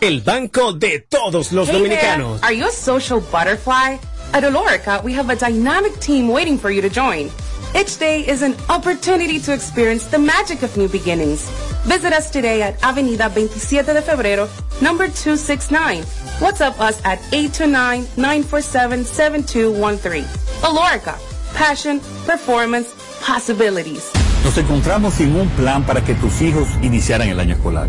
Speaker 13: el banco de todos los
Speaker 22: Hey
Speaker 13: dominicanos.
Speaker 22: There. Are you a social butterfly? At Olorica, we have a dynamic team waiting for you to join. Each day is an opportunity to experience the magic of new beginnings. Visit us today at Avenida 27 de Febrero, number 269. WhatsApp us at 829-947-7213. Olorica, passion, performance, possibilities.
Speaker 10: Nos encontramos sin un plan para que tus hijos iniciaran el año escolar.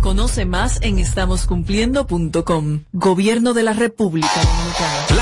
Speaker 14: Conoce más en estamoscumpliendo.com. Gobierno de la República Dominicana.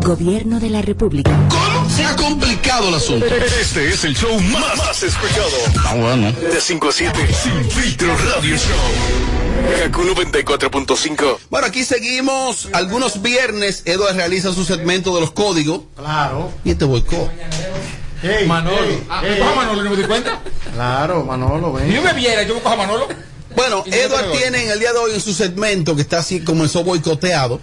Speaker 11: Gobierno de la República.
Speaker 24: ¿Cómo?
Speaker 11: Se ha complicado
Speaker 24: el asunto. Este es el show más, más escuchado.
Speaker 11: Ah, bueno.
Speaker 24: De 5 a 7. Sin filtro radio show. Kaku 94.5.
Speaker 1: Bueno, aquí seguimos. Algunos viernes Eduard realiza su segmento de los códigos.
Speaker 3: Claro.
Speaker 1: Y este boicot.
Speaker 3: Manolo.
Speaker 25: Ah, ¿cojo a Manolo y no me di cuenta?
Speaker 3: Claro, Manolo, ven.
Speaker 25: Ni me viera, yo cojo a Manolo.
Speaker 1: Bueno,
Speaker 25: Y no
Speaker 1: Eduard
Speaker 25: te doy.
Speaker 1: tiene en el día de hoy en su segmento que está así, comenzó boicoteado.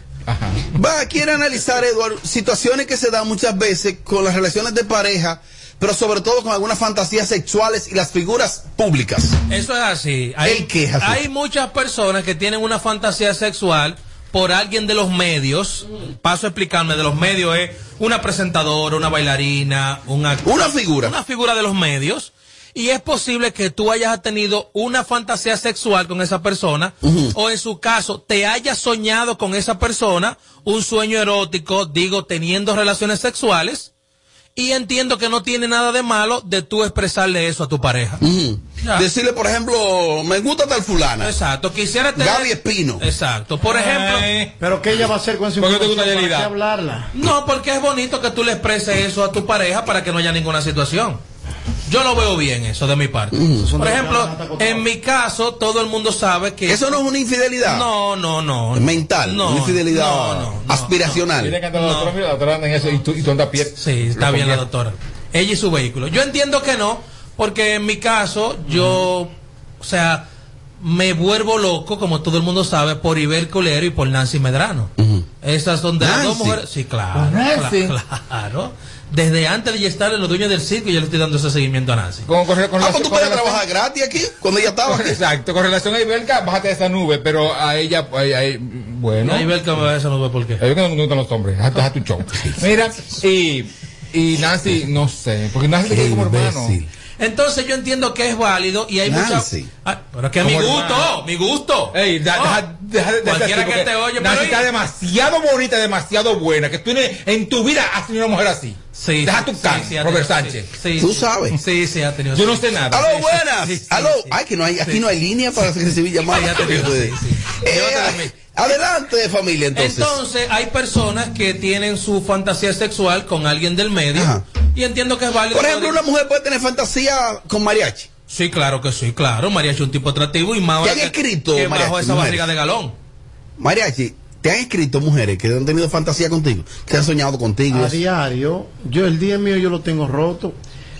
Speaker 1: Va, quiere analizar, Eduard, situaciones que se dan muchas veces con las relaciones de pareja, pero sobre todo con algunas fantasías sexuales y las figuras públicas.
Speaker 7: Eso es así. Hay,
Speaker 1: Él queja, sí.
Speaker 7: hay muchas personas que tienen una fantasía sexual por alguien de los medios. Paso a explicarme, de los medios es una presentadora, una bailarina, un actor.
Speaker 1: Una figura.
Speaker 7: Una figura de los medios. Y es posible que tú hayas tenido una fantasía sexual con esa persona, o en su caso, te hayas soñado con esa persona, un sueño erótico, digo, teniendo relaciones sexuales, y entiendo que no tiene nada de malo de tú expresarle eso a tu pareja. Ya.
Speaker 1: Decirle, por ejemplo, me gusta tal fulana.
Speaker 7: Exacto, quisiera tener.
Speaker 1: Gaby Espino.
Speaker 7: Exacto,
Speaker 26: Eh.
Speaker 7: por ejemplo.
Speaker 3: Pero ¿qué ella va a hacer con esa
Speaker 7: ¿Por qué te gusta
Speaker 3: información?
Speaker 7: Yelida?
Speaker 3: ¿Para qué hablarla?
Speaker 7: No, porque es bonito que tú le expreses eso a tu pareja para que no haya ninguna situación. Yo lo veo bien eso de mi parte. Por ejemplo, en mi caso, todo el mundo sabe que...
Speaker 1: Eso no es una infidelidad.
Speaker 7: No, no, no.
Speaker 1: Mental,
Speaker 7: No,
Speaker 1: una infidelidad
Speaker 7: no,
Speaker 1: aspiracional.
Speaker 7: no.
Speaker 26: Mira que anda la doctora, mira, la doctora anda en eso y tú, y tú andas pie.
Speaker 7: Sí, Está bien la doctora. Ella y su vehículo. Yo entiendo que no, porque en mi caso, yo, o sea, me vuelvo loco, como todo el mundo sabe, por Iber Colero y por Nancy Medrano. Esas son de las dos
Speaker 25: Nancy.
Speaker 7: mujeres. Sí, claro.
Speaker 25: Con Nancy.
Speaker 7: cla- Claro. Desde antes de yo estar en los dueños del circo, yo le estoy dando ese seguimiento a Nancy.
Speaker 1: Ah, pues tú puedes trabajar gratis aquí, cuando ella estaba aquí.
Speaker 26: Exacto, con relación a Ibelka, bájate de esa nube, pero a ella, pues, a ella- bueno.
Speaker 7: Ahí ve el que me va a esa nube, ¿por qué?
Speaker 26: A Ibelka no me gustan los hombres, haz, haz tu show. Mira, y, y Nancy, no sé, porque Nancy te quiere como hermano.
Speaker 7: Entonces yo entiendo que es válido y hay mucha.
Speaker 5: Nancy.
Speaker 7: Ah, pero es que mi
Speaker 5: Como
Speaker 7: gusto,
Speaker 5: hermano.
Speaker 7: mi gusto.
Speaker 5: Ey, da-
Speaker 7: No,
Speaker 5: deja- deja de- de-
Speaker 7: cualquiera
Speaker 5: porque
Speaker 7: que te oye,
Speaker 5: Nancy
Speaker 7: pero
Speaker 5: está
Speaker 7: y-
Speaker 5: demasiado bonita, demasiado buena, que tú ni- en tu vida has tenido una mujer así. deja tu can,
Speaker 7: sí, ha
Speaker 5: Robert
Speaker 7: tenido-
Speaker 5: Sánchez.
Speaker 7: sí,
Speaker 1: Tú sí. sabes.
Speaker 7: Sí, sí, ha tenido.
Speaker 5: Yo no sé nada.
Speaker 1: Aló, buenas. Aló. Ay, que no hay, aquí
Speaker 7: Sí.
Speaker 1: no hay línea para recibir llamadas.
Speaker 7: Ya te digo, sí,
Speaker 1: Eh, adelante, familia, entonces.
Speaker 7: Entonces, hay personas que tienen su fantasía sexual con alguien del medio y entiendo que es válido.
Speaker 1: Por ejemplo, una mujer puede tener fantasía con mariachi.
Speaker 7: Sí, claro que sí, claro. Mariachi es un tipo atractivo y más
Speaker 1: ¿Te
Speaker 7: ahora
Speaker 1: han
Speaker 7: que,
Speaker 1: escrito,
Speaker 7: que
Speaker 1: mariachi,
Speaker 7: bajo esa
Speaker 1: mujeres?
Speaker 7: barriga de galón.
Speaker 1: Mariachi, te han escrito mujeres que han tenido fantasía contigo, que han soñado contigo.
Speaker 3: A diario, yo el día mío yo lo tengo roto.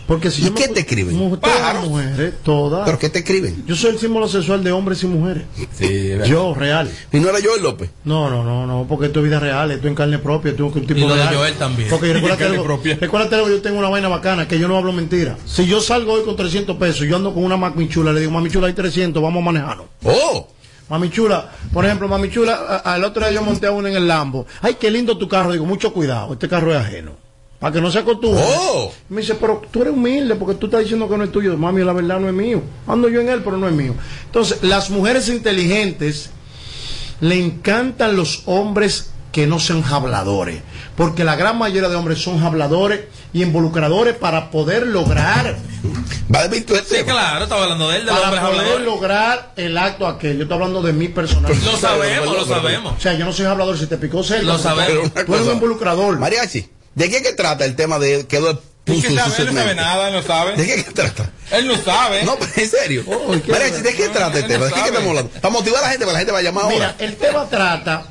Speaker 3: Porque si
Speaker 1: ¿Y
Speaker 3: yo
Speaker 1: qué te escriben?
Speaker 3: mu- Todas las mujeres, todas.
Speaker 1: ¿Pero qué te escriben?
Speaker 3: Yo soy el símbolo sexual de hombres y mujeres. Yo, real.
Speaker 1: ¿Y no era Joel López?
Speaker 3: No, no, no, no, porque esto es vida real, esto es en carne propia, esto es un tipo
Speaker 7: Y lo de
Speaker 3: real.
Speaker 7: Joel también.
Speaker 3: Porque
Speaker 7: Y en
Speaker 3: recuérdate
Speaker 7: carne
Speaker 3: algo, recuérdate algo, yo tengo una vaina bacana, que yo no hablo mentira. Si yo salgo hoy con 300 pesos, yo ando con una mami chula, le digo, mami chula, hay 300, vamos a manejarlo.
Speaker 1: ¡Oh!
Speaker 3: Mami chula, por ejemplo, mami chula, a- al otro día yo monté a uno en el Lambo. Ay, qué lindo tu carro, digo, mucho cuidado, este carro es ajeno. Para que no se acostumbre.
Speaker 1: ¡Oh!
Speaker 3: Me dice, pero tú eres humilde porque tú estás diciendo que no es tuyo. Mami, la verdad no es mío. Ando yo en él, pero no es mío. Entonces, las mujeres inteligentes le encantan los hombres que no sean habladores. Porque la gran mayoría de hombres son habladores y involucradores para poder lograr
Speaker 7: Sí, claro, estaba hablando de él, de los
Speaker 3: para
Speaker 7: hombres
Speaker 3: poder
Speaker 7: habladores.
Speaker 3: lograr el acto aquel. Yo estoy hablando de mi personal.
Speaker 7: Lo sabemos, lo sabemos.
Speaker 3: O sea, yo no soy hablador. Si te picó cerca,
Speaker 1: Pero
Speaker 3: tú-
Speaker 1: una
Speaker 3: Tú eres
Speaker 1: cosa,
Speaker 3: un involucrador.
Speaker 1: Mariachi, ¿de qué que trata el tema de que Eduardo puso
Speaker 5: sabe,
Speaker 1: su
Speaker 5: él no
Speaker 1: segmento?
Speaker 5: sabe nada, él no sabe.
Speaker 1: ¿De qué que trata?
Speaker 5: Él no sabe. Oh,
Speaker 1: No, pero en serio. Mariachi, ¿de qué trata
Speaker 3: él
Speaker 1: el
Speaker 3: no
Speaker 1: tema? ¿De qué que
Speaker 3: sabe.
Speaker 1: estamos hablando? Para motivar a la gente, para la gente va a llamar
Speaker 3: Mira,
Speaker 1: ahora.
Speaker 3: el tema trata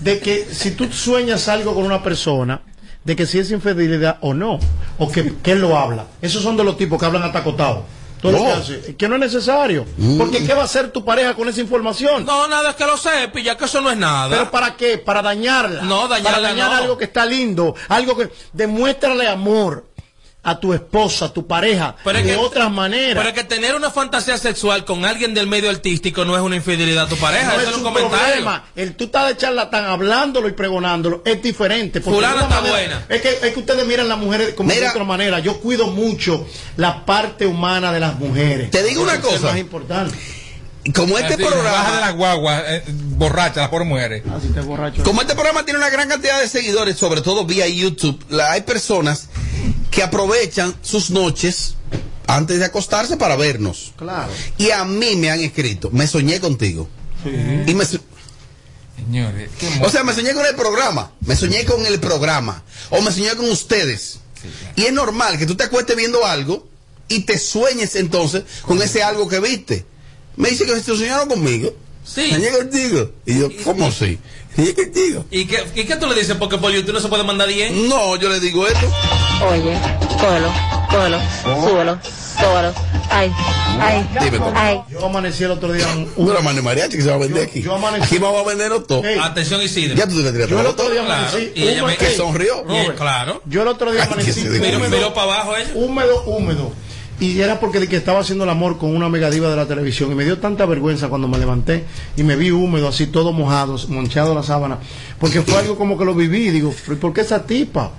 Speaker 3: de que si tú sueñas algo con una persona, de que si es infidelidad o no, o que, que él lo habla. Esos son de los tipos que hablan atacotados. Todo lo que,
Speaker 7: No.
Speaker 3: hace, que no es necesario.
Speaker 1: Mm.
Speaker 3: Porque ¿qué va a hacer tu pareja con esa información?
Speaker 7: No, nada, es que lo sepa y ya que eso no es nada.
Speaker 3: ¿Pero para qué? Para dañarla.
Speaker 7: No, dañarla
Speaker 3: Para dañar
Speaker 7: no.
Speaker 3: algo que está lindo. Algo que. Demuéstrale amor a tu esposa, a tu pareja.
Speaker 7: Pero es
Speaker 3: de
Speaker 7: que-
Speaker 3: otras maneras.
Speaker 7: Pero es que tener una fantasía sexual con alguien del medio artístico no es una infidelidad a tu pareja,
Speaker 3: No
Speaker 7: eso
Speaker 3: es
Speaker 7: un
Speaker 3: un
Speaker 7: comentario.
Speaker 3: problema. El tú estás de charlatán hablándolo y pregonándolo es diferente. porque
Speaker 7: Fulana
Speaker 3: de una
Speaker 7: está
Speaker 3: manera- Es que, es que ustedes miran las mujeres como de otra manera. Yo cuido mucho la parte humana de las mujeres.
Speaker 1: Te digo una
Speaker 3: Eso Es
Speaker 1: cosa.
Speaker 3: más importante.
Speaker 1: Como este
Speaker 5: Así,
Speaker 1: programa.
Speaker 5: baja de la guagua, eh, borracha, las pobres mujeres.
Speaker 1: Como este programa tiene una gran cantidad de seguidores, sobre todo vía YouTube, la- hay personas que aprovechan sus noches antes de acostarse para vernos.
Speaker 3: Claro.
Speaker 1: Y a mí me han escrito, me soñé contigo. Y me so-
Speaker 5: Señores, qué
Speaker 1: o sea, me soñé con el programa, me soñé con el programa, o me soñé con ustedes. Y es normal que tú te acuestes viendo algo y te sueñes entonces con ese algo que viste. Me dice que se soñaron conmigo.
Speaker 7: Sí.
Speaker 1: Soñé contigo. Y yo, ¿cómo sí? Soñé contigo.
Speaker 7: ¿Y qué, ¿Y qué tú le dices? Porque por YouTube no se puede mandar bien.
Speaker 1: No, yo le digo esto.
Speaker 9: Oye, cógelo, cógelo, súbelo, súbelo. Ay, ay,
Speaker 1: Dime, Tom.
Speaker 9: ay.
Speaker 3: Yo amanecí el otro día. un-
Speaker 1: Una mano de mariachi que se va a vender aquí. Aquí vamos a vender todo.
Speaker 7: Atención, Isidro.
Speaker 1: Ya tú te le tiraste
Speaker 3: Yo el
Speaker 1: la
Speaker 3: otro día
Speaker 1: botella.
Speaker 3: amanecí.
Speaker 1: Y ella me-
Speaker 3: húmedo-
Speaker 1: que sonrió.
Speaker 7: Y- claro.
Speaker 3: Yo el otro día
Speaker 1: Ay, que
Speaker 3: amanecí.
Speaker 1: se descubrió.
Speaker 3: húmedo-
Speaker 1: Miró
Speaker 7: para abajo ella.
Speaker 3: Húmedo, húmedo. Y era porque de que estaba haciendo el amor con una mega diva de la televisión. Y me dio tanta vergüenza cuando me levanté y me vi húmedo, así todo mojado, manchado la sábana. Porque fue algo como que lo viví. Digo, "¿Pero ¿por qué esa tipa?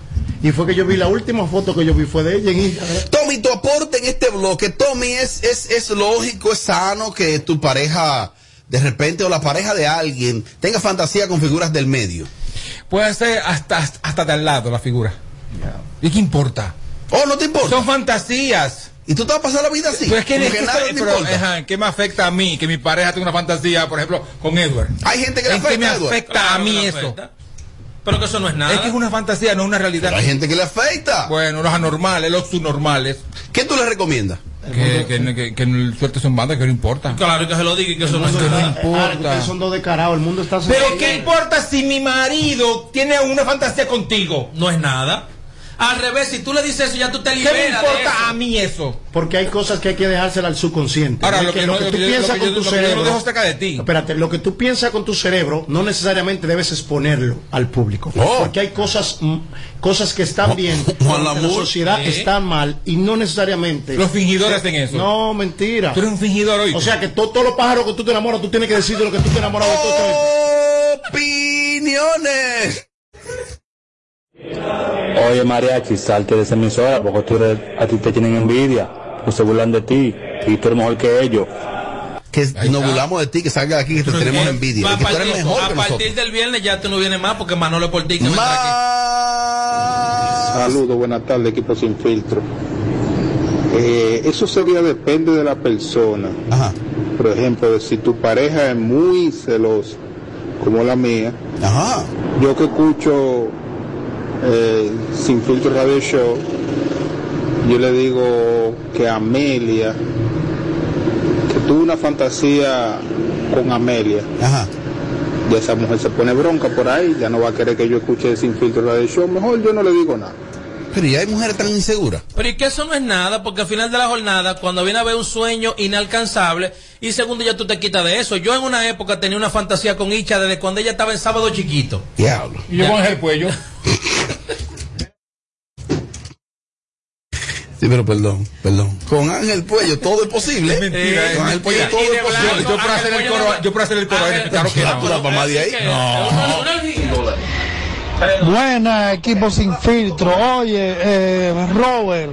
Speaker 3: Y fue que yo vi la última foto que yo vi fue de ella en Instagram.
Speaker 1: Tommy, tu aporte en este bloque, Tommy, es, es, es lógico, es sano que tu pareja, de repente, o la pareja de alguien, tenga fantasía con figuras del medio.
Speaker 5: Puede ser hasta, hasta de al lado la figura. ¿Y qué importa?
Speaker 1: Oh, no te importa.
Speaker 5: Son fantasías.
Speaker 1: ¿Y tú te vas a pasar la vida así?
Speaker 5: Pues que,
Speaker 1: Como
Speaker 5: es
Speaker 1: que
Speaker 5: que
Speaker 1: nada
Speaker 5: eso-
Speaker 1: te
Speaker 5: pero,
Speaker 1: importa.
Speaker 5: ajá, ¿Qué me afecta a mí? Que mi pareja tenga una fantasía, por ejemplo, con Edward.
Speaker 1: Hay gente que le
Speaker 5: ¿En qué
Speaker 1: afecta,
Speaker 5: me
Speaker 1: Edward?
Speaker 5: afecta a
Speaker 1: Claro que
Speaker 5: mí
Speaker 1: le
Speaker 5: eso?
Speaker 1: afecta.
Speaker 7: Pero que eso no es nada.
Speaker 5: Es que es una fantasía, no es una realidad.
Speaker 1: hay gente que le afecta.
Speaker 5: Bueno, los anormales, los subnormales.
Speaker 1: ¿Qué tú le recomiendas?
Speaker 5: Que, que, que, que el suerte son bandas, que no importa.
Speaker 7: Claro que se lo diga y que eso no
Speaker 5: es que no
Speaker 3: Ah, ustedes
Speaker 5: importa.
Speaker 3: son dos descarados, el mundo está
Speaker 5: Pero
Speaker 3: que
Speaker 5: qué importa si mi marido tiene una fantasía contigo.
Speaker 7: No es nada. Al revés, si tú le dices eso, ya tú te
Speaker 5: ¿Qué me
Speaker 7: liberas. de eso.
Speaker 5: importa a mí eso?
Speaker 3: Porque hay cosas que hay que dejársela al subconsciente.
Speaker 5: Ahora,
Speaker 3: Hay
Speaker 5: lo que
Speaker 3: lo
Speaker 5: no-
Speaker 3: que
Speaker 5: lo
Speaker 3: tú
Speaker 5: que yo-
Speaker 3: piensas
Speaker 5: lo que
Speaker 3: con
Speaker 5: yo-
Speaker 3: tu
Speaker 5: lo que yo no
Speaker 3: cerebro.
Speaker 5: dejo cerca de ti.
Speaker 3: Espérate, lo que tú piensas con tu cerebro no necesariamente debes exponerlo al público. Porque hay cosas mm, cosas que están bien,
Speaker 5: Oh. Juan
Speaker 3: pero que la
Speaker 5: Lamour.
Speaker 3: sociedad
Speaker 5: Sí.
Speaker 3: está mal y no necesariamente.
Speaker 5: Los fingidores hacen eso.
Speaker 3: No, mentira.
Speaker 5: Tú eres un fingidor hoy.
Speaker 3: O sea que to- todos los pájaros que tú te enamoras, tú tienes que decir de lo que tú te enamoras de todo el tiempo.
Speaker 1: Opiniones.
Speaker 15: Oye, mariachi, salte de esa emisora porque tú eres- a ti te tienen envidia.
Speaker 27: no se burlan de ti y tú eres mejor que ellos.
Speaker 1: Que nos burlamos de ti, que salga de aquí, que te tenemos envidia.
Speaker 7: A
Speaker 1: que tú eres
Speaker 7: partir,
Speaker 1: mejor
Speaker 7: a
Speaker 1: que
Speaker 7: partir
Speaker 1: nosotros.
Speaker 7: del viernes ya tú no vienes más porque Manolo Portillo va a estar aquí.
Speaker 19: Saludos, buenas tardes, equipo sin filtro. Eh, eso sería depende de la persona. Por ejemplo, si tu pareja es muy celosa, como la mía, yo que escucho eh, Sin Filtro Radio Show, yo le digo que Amelia, que tuvo una fantasía con Amelia. Y esa mujer se pone bronca por ahí, ya no va a querer que yo escuche Sin Filtro Radio Show, mejor yo no le digo nada.
Speaker 1: Pero ya hay mujeres tan inseguras.
Speaker 7: Pero y que eso no es nada, porque al final de la jornada, cuando viene a ver un sueño inalcanzable, y segundo ya tú te quitas de eso. Yo en una época tenía una fantasía con Icha desde cuando ella estaba en sábado chiquito.
Speaker 1: Diablo.
Speaker 28: Y yo con el cuello.
Speaker 1: Sí, pero perdón, perdón. Con Ángel Puello todo es posible.
Speaker 28: mentira,
Speaker 5: Eh,
Speaker 28: es
Speaker 1: Con Ángel Puello
Speaker 28: mentira.
Speaker 1: eh, todo
Speaker 28: Y de
Speaker 1: es posible.
Speaker 28: blanco,
Speaker 5: ah,
Speaker 28: Yo puedo hacer el Ángel coro- Puello- yo puedo hacer el coro ahí, Ángel- claro que no.
Speaker 1: Tú la mamá de ahí. No.
Speaker 6: Buena, equipo sin filtro. Oye, eh, Robert,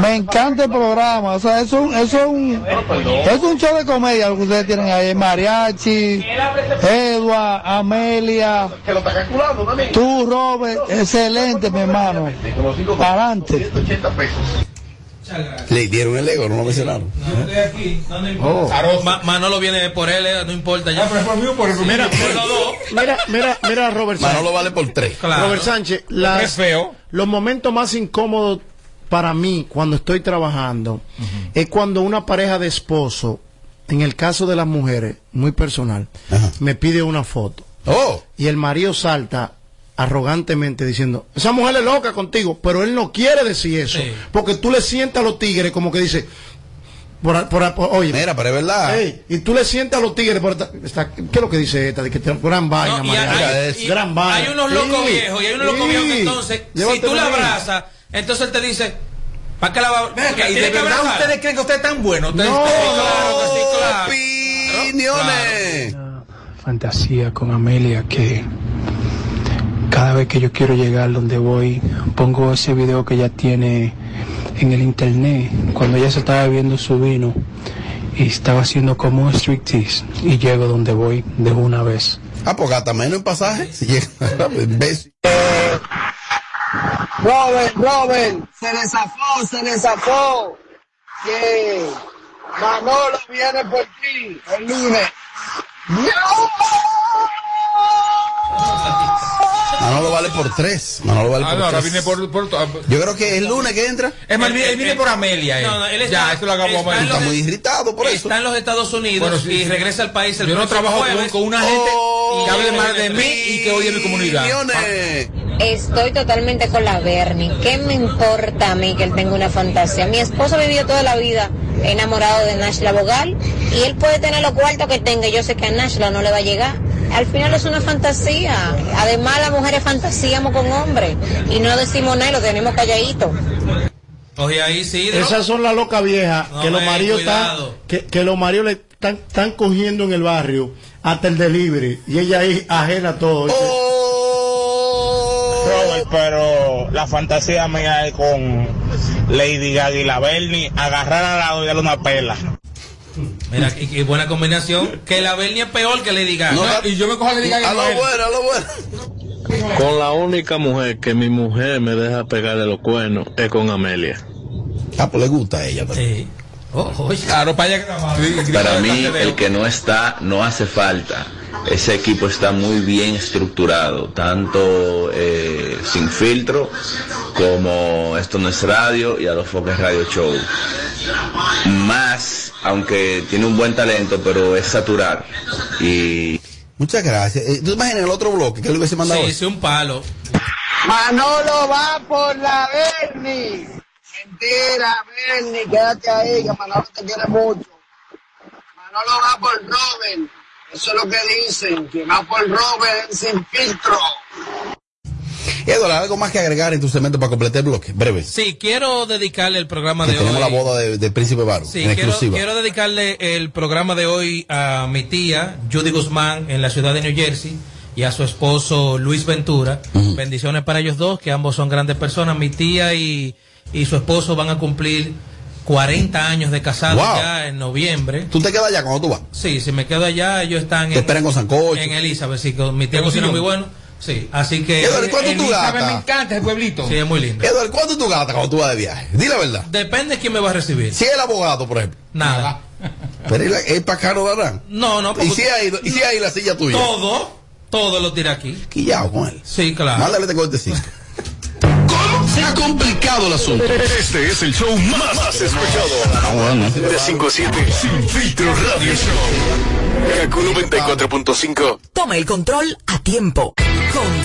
Speaker 6: me encanta el Este programa. O sea, es un, es un, es un show de comedia lo que ustedes tienen ahí. Mariachi, Edward, Amelia, tú, Robert, excelente, mi hermano. Adelante.
Speaker 1: Le dieron el ego, no lo mencionaron.
Speaker 7: Estoy aquí, no, no importa.
Speaker 1: Oh.
Speaker 7: Sarosa. Ma- Manolo viene por él, eh, no importa
Speaker 28: Ah,
Speaker 7: ya. Mira, por los dos.
Speaker 3: Mira, mira, mira, Robert Sánchez.
Speaker 1: Manolo vale por tres.
Speaker 3: Robert Sánchez, las- los momentos más incómodos para mí cuando estoy trabajando es cuando una pareja de esposo, en el caso de las mujeres, muy personal, me pide una foto.
Speaker 1: Oh.
Speaker 3: Y el marido salta arrogantemente diciendo, esa mujer es loca contigo, pero él no quiere decir eso, porque tú le sientas a los tigres como que dice, por, a- por a- por- oye,
Speaker 1: Mira, pero es verdad.
Speaker 3: Ey, y tú le sientes a los tigres, por esta- esta- ¿qué es lo que dice esta? De que te- gran vaina,
Speaker 7: y
Speaker 3: Mariana.
Speaker 7: hay, y
Speaker 3: gran vaina.
Speaker 7: hay unos locos
Speaker 3: Sí.
Speaker 7: viejos y hay unos locos
Speaker 3: Sí.
Speaker 7: viejos que entonces, si
Speaker 3: Llévatelo
Speaker 7: tú la
Speaker 3: ahí.
Speaker 7: abrazas, entonces él te dice, ¿para qué la va
Speaker 29: Ven acá,
Speaker 7: Porque
Speaker 29: ¿y
Speaker 7: tiene
Speaker 29: de
Speaker 7: que
Speaker 29: verdad
Speaker 7: abrazar.
Speaker 29: ustedes creen que ustedes están buenos? Ustedes-
Speaker 7: No.
Speaker 29: Sí, claro que sí, claro.
Speaker 1: Opiniones.
Speaker 30: fantasía con Amelia que cada vez que yo quiero llegar donde voy, pongo ese video que ella tiene en el internet, cuando ella se estaba bebiendo su vino y estaba haciendo como un striptease y llego donde voy de una vez.
Speaker 1: Ah, pues gasta menos en pasaje. Si llega, imbécil.
Speaker 31: Robert, Robert, se le zafó, se le zafó. Que Manolo viene por ti el lunes.
Speaker 1: Manolo vale por tres. Manolo vale
Speaker 28: Ah,
Speaker 1: por
Speaker 28: no, ahora
Speaker 1: tres.
Speaker 28: viene por, por-
Speaker 1: pues. Yo creo que el lunes que entra.
Speaker 28: Es más, él viene- él viene por
Speaker 7: Amelia, eh. No, no, él está-
Speaker 28: Ya, eso lo hagamos
Speaker 7: está en
Speaker 28: Amelia.
Speaker 7: los-
Speaker 28: Está muy
Speaker 1: irritado por
Speaker 7: Está en los Estados Unidos
Speaker 28: Bueno, sí,
Speaker 7: y
Speaker 28: sí.
Speaker 7: regresa al país el
Speaker 28: Yo no
Speaker 7: próximo
Speaker 28: trabajo con-
Speaker 7: jueves. Oh,
Speaker 28: con una gente que hable mal de mí y que odie mi comunidad.
Speaker 20: Estoy totalmente con la Bernie. ¿Qué me importa a mí que él tenga una fantasía? Mi esposo ha vivido toda la vida enamorado de Nashla Bogal y él puede tener los cuartos que tenga. Yo sé que a Nashla no le va a llegar. Al final es una fantasía. Además, las mujeres fantasíamos con hombres y no decimos nada y lo tenemos calladito.
Speaker 7: Oye, ahí sí. ¿no?
Speaker 3: Esas son las locas viejas
Speaker 7: No,
Speaker 3: que los
Speaker 7: ey,
Speaker 3: maridos están,
Speaker 7: cuidado.
Speaker 3: que, que los maridos le están, están cogiendo en el barrio hasta el delivery y ella ahí ajena a todo.
Speaker 7: Oh.
Speaker 32: Robert, pero la fantasía mía es con Lady Gaga y la Bernie agarrar a la y darle una pela.
Speaker 7: Mira, qué qué buena combinación. Que la Bernie es peor que le diga.
Speaker 32: No, y yo me cojo a Lady Gaga y A lo no a él. bueno,
Speaker 1: a lo bueno.
Speaker 33: Con la única mujer que mi mujer me deja pegarle los cuernos es con Amelia.
Speaker 1: Ah, pues le gusta a ella.
Speaker 7: Sí.
Speaker 28: Claro, para allá.
Speaker 5: Para mí, el que no está, no hace falta. Ese equipo está muy bien estructurado, tanto eh, sin filtro como esto no es radio y a los foques radio show. Más, aunque tiene un buen talento, pero es saturar. Y
Speaker 1: Muchas gracias. Eh, ¿Tú imaginas el otro bloque? ¿Qué le hubiese mandado?
Speaker 7: Sí, sí, un palo.
Speaker 31: Manolo va por la Bernie. Mentira, Bernie, quédate ahí, que Manolo te quiere mucho. Manolo va por Robert. Eso es lo que dicen, que va por Robert sin filtro.
Speaker 1: Eduardo, algo más que agregar en tu segmento para completar el bloque. Breve.
Speaker 7: Sí, quiero dedicarle el programa
Speaker 1: Que
Speaker 7: de hoy.
Speaker 1: tenemos la boda de, de Príncipe Baro.
Speaker 7: Sí,
Speaker 1: en
Speaker 7: quiero,
Speaker 1: exclusiva.
Speaker 7: quiero dedicarle el programa de hoy a mi tía Judy Guzmán en la ciudad de New Jersey y a su esposo Luis Ventura. Bendiciones para ellos dos, que ambos son grandes personas. Mi tía y, y su esposo van a cumplir 40 años de casado
Speaker 1: Wow.
Speaker 7: ya en noviembre.
Speaker 1: ¿Tú te quedas allá cuando tú vas?
Speaker 7: Sí, si me quedo allá, ellos están
Speaker 1: Te esperan con sancocho.
Speaker 7: en Elizabeth, sí, con mi tía cocina muy bueno. Sí, así que.
Speaker 1: Eduardo, ¿cuánto tú
Speaker 7: Elizabeth
Speaker 1: gastas?
Speaker 7: me encanta ese pueblito. Sí, es muy lindo.
Speaker 1: Eduardo, ¿cuánto tú gastas cuando tú vas de viaje? Di la verdad.
Speaker 7: Depende de quién me va a recibir.
Speaker 1: Si es el abogado, por ejemplo.
Speaker 7: Nada.
Speaker 1: Pero es, es para acá no darán.
Speaker 7: No, no,
Speaker 1: ¿Y si hay, y si hay la silla tuya?
Speaker 7: Todo, todo lo tira aquí.
Speaker 1: Quillao con él.
Speaker 7: Sí, claro.
Speaker 1: Mándale este corte cinco.
Speaker 34: Se ha complicado el asunto. Este es el show más, más escuchado. De 5 a 7. Sin filtro radio show. Kaku 94.5.
Speaker 2: Toma el control a tiempo. Con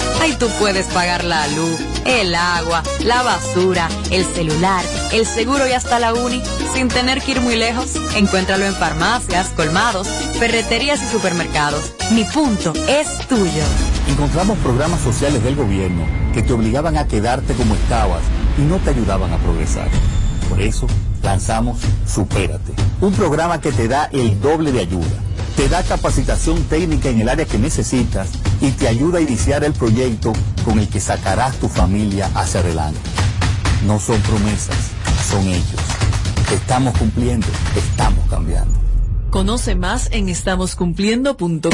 Speaker 22: Ahí tú puedes pagar la luz, el agua, la basura, el celular, el seguro y hasta la uni sin tener que ir muy lejos. Encuéntralo en farmacias, colmados, ferreterías y supermercados. Mi punto es tuyo.
Speaker 10: Encontramos programas sociales del gobierno que te obligaban a quedarte como estabas y no te ayudaban a progresar. Por eso lanzamos Supérate, un programa que te da el doble de ayuda, te da capacitación técnica en el área que necesitas y te ayuda a iniciar el proyecto con el que sacarás tu familia hacia adelante. No son promesas, son hechos. Estamos cumpliendo, estamos cambiando.
Speaker 14: Conoce más en estamoscumpliendo.com.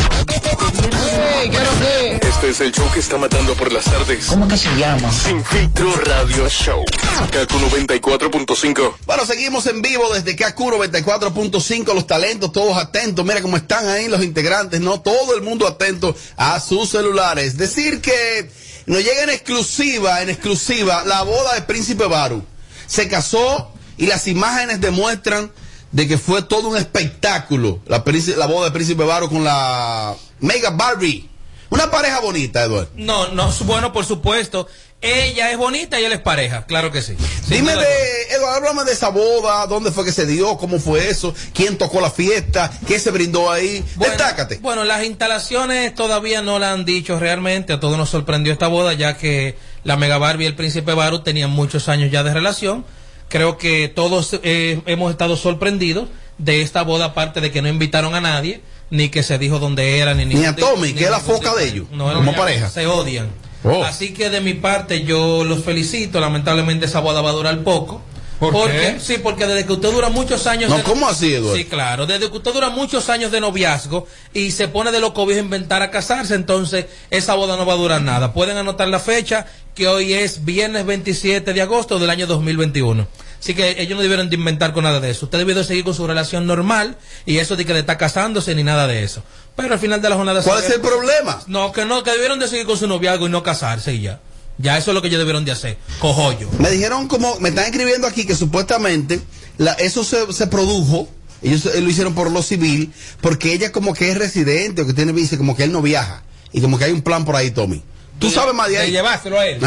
Speaker 34: Este es el show que está matando por las tardes. ¿Cómo que se llama? Sin filtro radio show. Kaku 94.5.
Speaker 1: Bueno, seguimos en vivo desde KQ 94.5, los talentos, todos atentos. Mira cómo están ahí los integrantes, ¿no? Todo el mundo atento a sus celulares. Decir que nos llega en exclusiva, en exclusiva, la boda de Príncipe Baru. Se casó y las imágenes demuestran de que fue todo un espectáculo la, prínci- la boda de Príncipe Baru con la Mega Barbie. Una pareja bonita, Eduardo.
Speaker 7: No, no, su- bueno, por supuesto. Ella es bonita y él es pareja, claro que sí. Sin
Speaker 1: Dime
Speaker 7: duda
Speaker 1: de, Eduardo, háblame de esa boda, dónde fue que se dio, cómo fue eso, quién tocó la fiesta, qué se brindó ahí. Destácate.
Speaker 7: Bueno, las instalaciones todavía no la han dicho realmente. A todos nos sorprendió esta boda, ya que la Mega Barbie y el Príncipe Baru tenían muchos años ya de relación. Creo que todos eh, hemos estado sorprendidos de esta boda, aparte de que no invitaron a nadie, ni que se dijo dónde era, ni
Speaker 1: Ni a
Speaker 7: ningún tipo-
Speaker 1: Tommy,
Speaker 7: ni
Speaker 1: que es la
Speaker 7: ningún
Speaker 1: foca
Speaker 7: tipo-
Speaker 1: de ellos,
Speaker 7: no,
Speaker 1: como
Speaker 7: ya,
Speaker 1: pareja.
Speaker 7: Se odian.
Speaker 1: Oh.
Speaker 7: Así que de mi parte yo los felicito. Lamentablemente esa boda va a durar poco.
Speaker 1: ¿Por
Speaker 7: porque,
Speaker 1: qué?
Speaker 7: Sí, porque desde que usted dura muchos años.
Speaker 1: No,
Speaker 7: de-
Speaker 1: ¿cómo así, Eduardo?
Speaker 7: Sí, claro. Desde que usted dura muchos años de noviazgo y se pone de loco viejo a inventar a casarse, entonces esa boda no va a durar nada. Pueden anotar la fecha, que hoy es viernes 27 de agosto del año 2021. Así que ellos no debieron de inventar con nada de eso. Usted debió de seguir con su relación normal y eso de que le está casándose ni nada de eso. Pero al final de la jornada...
Speaker 1: ¿Cuál es el problema?
Speaker 7: No, que no, que debieron de seguir con su noviazgo y no casarse y ya. Ya eso es lo que ellos debieron de hacer. Cojollo.
Speaker 1: Me dijeron como, me están escribiendo aquí que supuestamente la- eso se, se produjo, ellos eh, lo hicieron por lo civil, porque ella como que es residente o que tiene visa, como que él no viaja. Y como que hay un plan por ahí, Tommy. Tú sabes más de ahí. Ah,
Speaker 5: llevárselo a él.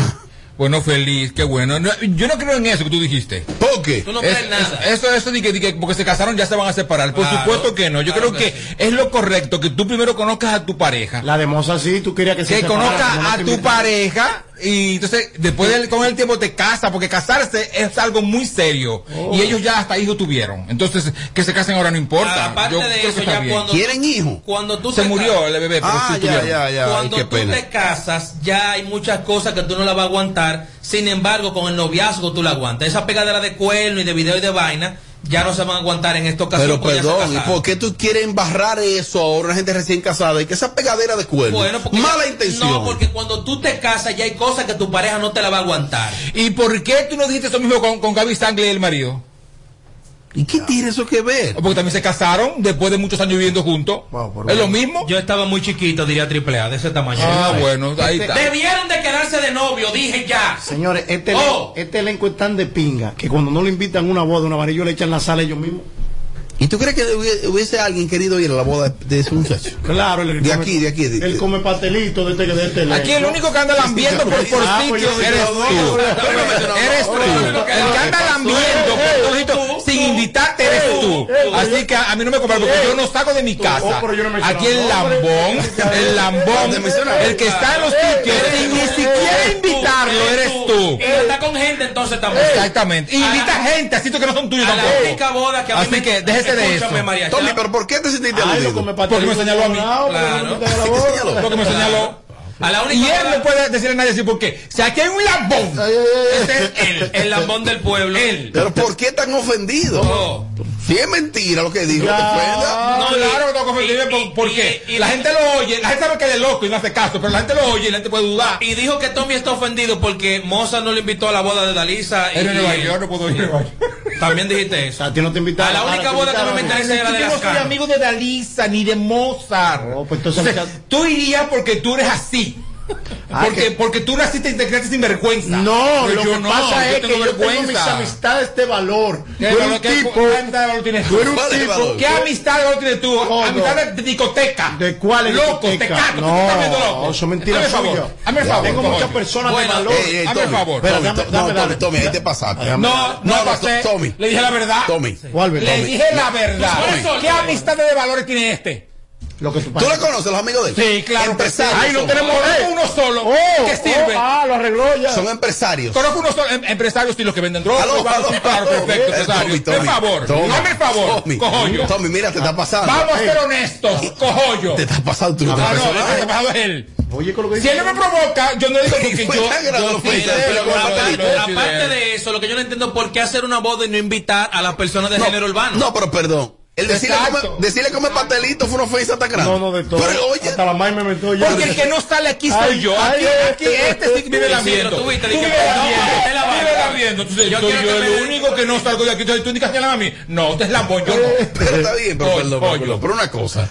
Speaker 5: Bueno, feliz, qué bueno. No, yo no creo en eso que tú dijiste.
Speaker 1: ¿Por qué?
Speaker 5: Tú
Speaker 7: no crees nada.
Speaker 5: Eso, eso de que, de que porque se casaron ya se van a separar. Por
Speaker 7: Claro,
Speaker 5: supuesto que no. Yo
Speaker 7: claro
Speaker 5: creo que, es lo correcto que tú primero conozcas a tu pareja.
Speaker 3: La de Moza sí, tú querías que se
Speaker 5: que
Speaker 3: separara,
Speaker 5: conozcas
Speaker 3: como no
Speaker 5: a
Speaker 3: te
Speaker 5: tu
Speaker 3: invitaron.
Speaker 5: pareja y entonces después del- con el tiempo te casas, porque casarse es algo muy serio.
Speaker 3: Oh.
Speaker 5: Y ellos ya hasta hijos tuvieron. Entonces, que se casen ahora no importa.
Speaker 7: Aparte
Speaker 5: Yo
Speaker 7: de
Speaker 5: creo que
Speaker 7: eso,
Speaker 5: está
Speaker 7: ya
Speaker 5: bien.
Speaker 7: cuando- ¿Quieren hijo? Cuando tú
Speaker 5: se
Speaker 7: te
Speaker 5: murió
Speaker 7: casas-
Speaker 5: el bebé, pero
Speaker 7: Ah,
Speaker 5: sí tuvieron.
Speaker 7: Cuando tú te casas, ya hay muchas cosas que tú no las vas a aguantar. Sin embargo, con el noviazgo tú la aguantas. Esa pegadera de cuerno y de video y de vaina ya no se van a aguantar en esta ocasión.
Speaker 1: Pero
Speaker 7: porque ya se
Speaker 1: perdón, ¿y
Speaker 7: casaron.
Speaker 1: por qué tú quieres embarrar eso ahora una gente recién casada y que esa pegadera de cuerno?
Speaker 7: Bueno, porque
Speaker 1: mala
Speaker 7: ya-
Speaker 1: intención.
Speaker 7: No, porque cuando tú te casas ya hay cosas que tu pareja no te la va a aguantar.
Speaker 5: ¿Y por qué tú no dijiste eso mismo con, con Gaby Stanley y el marido? Oh,
Speaker 1: ¿Y qué tiene eso que ver?
Speaker 5: Porque también se casaron después de muchos años viviendo juntos. ¿Es lo mismo?
Speaker 7: Yo estaba muy chiquito, diría triple A, de ese tamaño.
Speaker 5: Ah, bueno, ahí está.
Speaker 7: Debieron de quedarse de novio, dije ya.
Speaker 3: Señores,
Speaker 5: Oh.
Speaker 3: este, elen- este elenco es tan de pinga que cuando no lo invitan a una boda, una varilla le echan la sala ellos mismos.
Speaker 1: ¿Y tú crees que hubi- hubiese alguien querido ir a la boda de ese muchacho?
Speaker 3: Claro, el-
Speaker 1: de aquí, de aquí. de-
Speaker 3: Él come pastelito de este, de este elenco.
Speaker 5: Aquí el único que anda lambiendo por, por
Speaker 3: Ah, pues
Speaker 5: sitio
Speaker 3: yo-
Speaker 5: eres tú. Eres tú. El que anda lambiendo por todo sitio sin invitarte eres tú. Así que a a mí no me compares porque yo no salgo de mi
Speaker 7: oh,
Speaker 5: casa. Aquí el lambón, el lambón, el que está en los sitios sin ni siquiera invitarlo eres tú.
Speaker 7: Ella está con gente, entonces conoce tampoco.
Speaker 5: Exactamente. Y invita gente a sitios que no son tuyos
Speaker 7: a la
Speaker 5: tampoco.
Speaker 7: única boda que a mí
Speaker 5: Así
Speaker 7: me-
Speaker 5: que déjese de eso.
Speaker 7: Escúchame, María, Ah,
Speaker 1: Tommy, pero ¿por qué te sentiste
Speaker 5: Ay,
Speaker 1: aludido?
Speaker 5: loco, me pateó. Porque me señaló a mí.
Speaker 7: Claro.
Speaker 5: Porque me señaló.
Speaker 7: A la
Speaker 5: y él no puede decirle a nadie así por qué. Si aquí hay un lambón.
Speaker 7: Este es él, el lambón del pueblo. Él.
Speaker 1: Pero ¿por qué tan ofendido? Si es mentira lo que digo, no te ofendas.
Speaker 5: No, claro que tengo que ofenderme por, porque la gente lo oye, la gente sabe que él es loco y no hace caso, pero la gente lo oye y la gente puede dudar.
Speaker 7: Y dijo que Tommy está ofendido porque Mozart no le invitó a la boda de Dalisa. y-
Speaker 5: Era en Nueva
Speaker 7: y-
Speaker 5: York, no puedo ir a Nueva York.
Speaker 7: También dijiste eso.
Speaker 3: A ti no te
Speaker 7: invitaron. A la única boda que no me interesa era la de
Speaker 5: Yo
Speaker 7: las
Speaker 5: no soy
Speaker 7: caras.
Speaker 5: amigo de Dalisa ni de Mozart.
Speaker 3: Oh, pues
Speaker 5: O sea, tú irías porque tú eres así. Porque, porque tú naciste y te creaste sin vergüenza.
Speaker 3: Ah, No, lo
Speaker 5: Pero yo
Speaker 3: que pasa es que
Speaker 5: tengo
Speaker 3: yo tengo mis amistades de valor. Tú eres un tipo.
Speaker 5: ¿Qué amistad de valor tienes tú?
Speaker 3: Tú eres un ¿Cuál es tipo- valor?
Speaker 5: ¿Qué amistad de valor tienes tú?
Speaker 3: No,
Speaker 5: amistad
Speaker 3: no.
Speaker 5: de- de discoteca.
Speaker 3: ¿De cuál
Speaker 5: Loco, te cago, tú estás viendo loco.
Speaker 3: No, eso es mentira
Speaker 5: Hazme el favor,
Speaker 3: suya.
Speaker 5: hazme el favor,
Speaker 3: Tengo
Speaker 5: coño.
Speaker 3: muchas personas
Speaker 5: Bueno,
Speaker 3: de valor.
Speaker 5: eh, eh, Hazme el Tommy, favor. Tommy,
Speaker 3: Espera, dame,
Speaker 5: Tommy,
Speaker 3: dame,
Speaker 5: Tommy,
Speaker 3: dame.
Speaker 1: Tommy, ahí te pasaste.
Speaker 3: Dame,
Speaker 1: No,
Speaker 3: dame.
Speaker 1: Ah, no, pasé.
Speaker 5: Tommy. Le dije la verdad.
Speaker 1: Tommy.
Speaker 3: ¿Cuál verdad?
Speaker 5: Le dije la verdad.
Speaker 3: Por eso,
Speaker 5: ¿Qué amistad de valores tiene este?
Speaker 3: Lo que tú
Speaker 1: ¿Tú le conoces los amigos de él?
Speaker 5: Sí, claro. que sí.
Speaker 1: Empresarios
Speaker 5: Ahí no
Speaker 1: son.
Speaker 5: tenemos
Speaker 1: Eh.
Speaker 5: uno solo.
Speaker 1: Oh,
Speaker 5: que sirve?
Speaker 1: oh, ah,
Speaker 3: lo arregló ya.
Speaker 1: Son empresarios.
Speaker 5: Conozco unos solo- em- empresarios y los que venden drogas.
Speaker 1: Aló,
Speaker 5: vamos,
Speaker 1: aló,
Speaker 5: sí, claro,
Speaker 1: aló.
Speaker 5: perfecto,
Speaker 1: Eh, Tommy,
Speaker 5: empresarios.
Speaker 1: Tommy,
Speaker 5: Por favor,
Speaker 1: Tommy.
Speaker 5: dame el favor,
Speaker 1: Tommy,
Speaker 5: cojollo.
Speaker 1: Tommy, mira, te está pasando.
Speaker 5: Vamos a
Speaker 1: Eh,
Speaker 5: ser honestos, cojollo.
Speaker 1: Te está pasando tu
Speaker 5: Ah,
Speaker 1: tu
Speaker 5: no,
Speaker 1: personaje.
Speaker 5: el que está pasando es él.
Speaker 3: Oye, con lo
Speaker 5: Si él no me provoca, yo no digo porque
Speaker 1: Fue
Speaker 5: yo.
Speaker 1: tan grande
Speaker 5: yo-
Speaker 1: lo que hizo,
Speaker 5: sí,
Speaker 1: pero
Speaker 5: yo-
Speaker 1: con la
Speaker 5: yo-
Speaker 1: película.
Speaker 5: yo- yo-
Speaker 7: Aparte de eso, lo que yo no entiendo por qué hacer una boda y no invitar a las personas de género urbano.
Speaker 1: No, pero perdón. El decirle
Speaker 7: Exacto.
Speaker 1: come, decirle come pastelito fue una ofensa tan grande.
Speaker 3: No, no, de todo.
Speaker 1: Pero oye,
Speaker 3: Hasta la madre me metió ya.
Speaker 5: Porque el que no sale aquí soy
Speaker 3: Ay,
Speaker 5: yo. Aquí,
Speaker 3: ay,
Speaker 5: aquí este sí que vive
Speaker 7: Sí,
Speaker 5: la
Speaker 7: sí,
Speaker 5: viendo.
Speaker 7: lo
Speaker 5: Tú
Speaker 7: tuviste,
Speaker 5: vive
Speaker 7: dije, no,
Speaker 5: la
Speaker 7: es la
Speaker 5: viendo. Vive
Speaker 7: vaca.
Speaker 5: la viendo. Entonces,
Speaker 7: Yo
Speaker 5: soy
Speaker 7: quiero
Speaker 5: yo
Speaker 7: que me-
Speaker 5: el único que no salgo de aquí. Entonces, tú indicas señalan a mí. No, usted es lambón, yo no.
Speaker 1: pero está bien, pero
Speaker 5: Oye,
Speaker 1: perdón,
Speaker 5: oye.
Speaker 1: perdón, pero una cosa.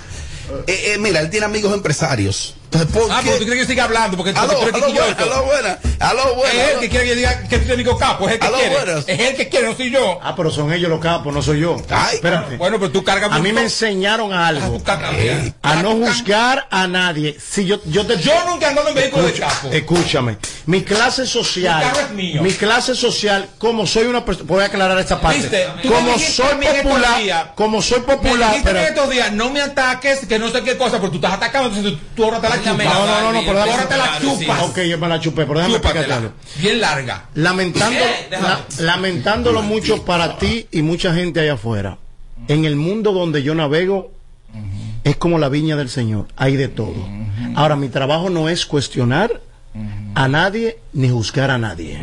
Speaker 1: Eh, eh, mira, él tiene amigos empresarios. Entonces, ¿por
Speaker 5: Ah,
Speaker 1: qué?
Speaker 5: pero tú quieres que yo siga hablando porque
Speaker 1: Aló,
Speaker 5: porque tú eres
Speaker 1: aló, buena,
Speaker 5: quisquilloso.
Speaker 1: aló, buena, aló, buena,
Speaker 5: Es él
Speaker 1: aló.
Speaker 5: que quiere que yo diga que tú eres amigo capo, es el que
Speaker 1: Aló,
Speaker 5: quiere.
Speaker 1: buenas.
Speaker 5: Es el que quiere, no soy yo.
Speaker 3: Ah, pero son ellos los capos, no soy yo.
Speaker 1: Ay.
Speaker 3: Espérate.
Speaker 5: Bueno, pero tú cargas
Speaker 3: A mí
Speaker 5: mucho. Ah,
Speaker 3: me enseñaron algo.
Speaker 5: Eh.
Speaker 3: A no juzgar a nadie. Si yo, yo te
Speaker 5: Yo nunca he andado en vehículo de
Speaker 3: Escucha,
Speaker 5: capo.
Speaker 3: escúchame, mi clase social,
Speaker 5: Mi carro es mío.
Speaker 3: mi clase social, como soy una persona, voy a aclarar esta parte,
Speaker 5: Viste, tú me
Speaker 3: como
Speaker 5: dijiste
Speaker 3: soy
Speaker 5: a mí en estos días-
Speaker 3: popular, como soy
Speaker 5: Me
Speaker 3: popular,
Speaker 5: dijiste
Speaker 3: pero-
Speaker 5: en estos días, no me ataques, que no sé qué cosa, pero tú estás atacando, entonces tú, tú ahora te la chupas.
Speaker 3: no, no, no, no, pero
Speaker 5: ahora te la chupas.
Speaker 3: ok, yo me la chupé, pero déjame explicarte
Speaker 5: Chúpatela.
Speaker 3: algo.
Speaker 5: Bien larga.
Speaker 3: lamentando,
Speaker 5: Eh, déjame.
Speaker 3: la- lamentándolo mucho para ti y mucha gente allá afuera. En el mundo donde yo navego es como la viña del Señor, hay de todo. Ahora mi trabajo no es cuestionar a nadie ni juzgar a nadie.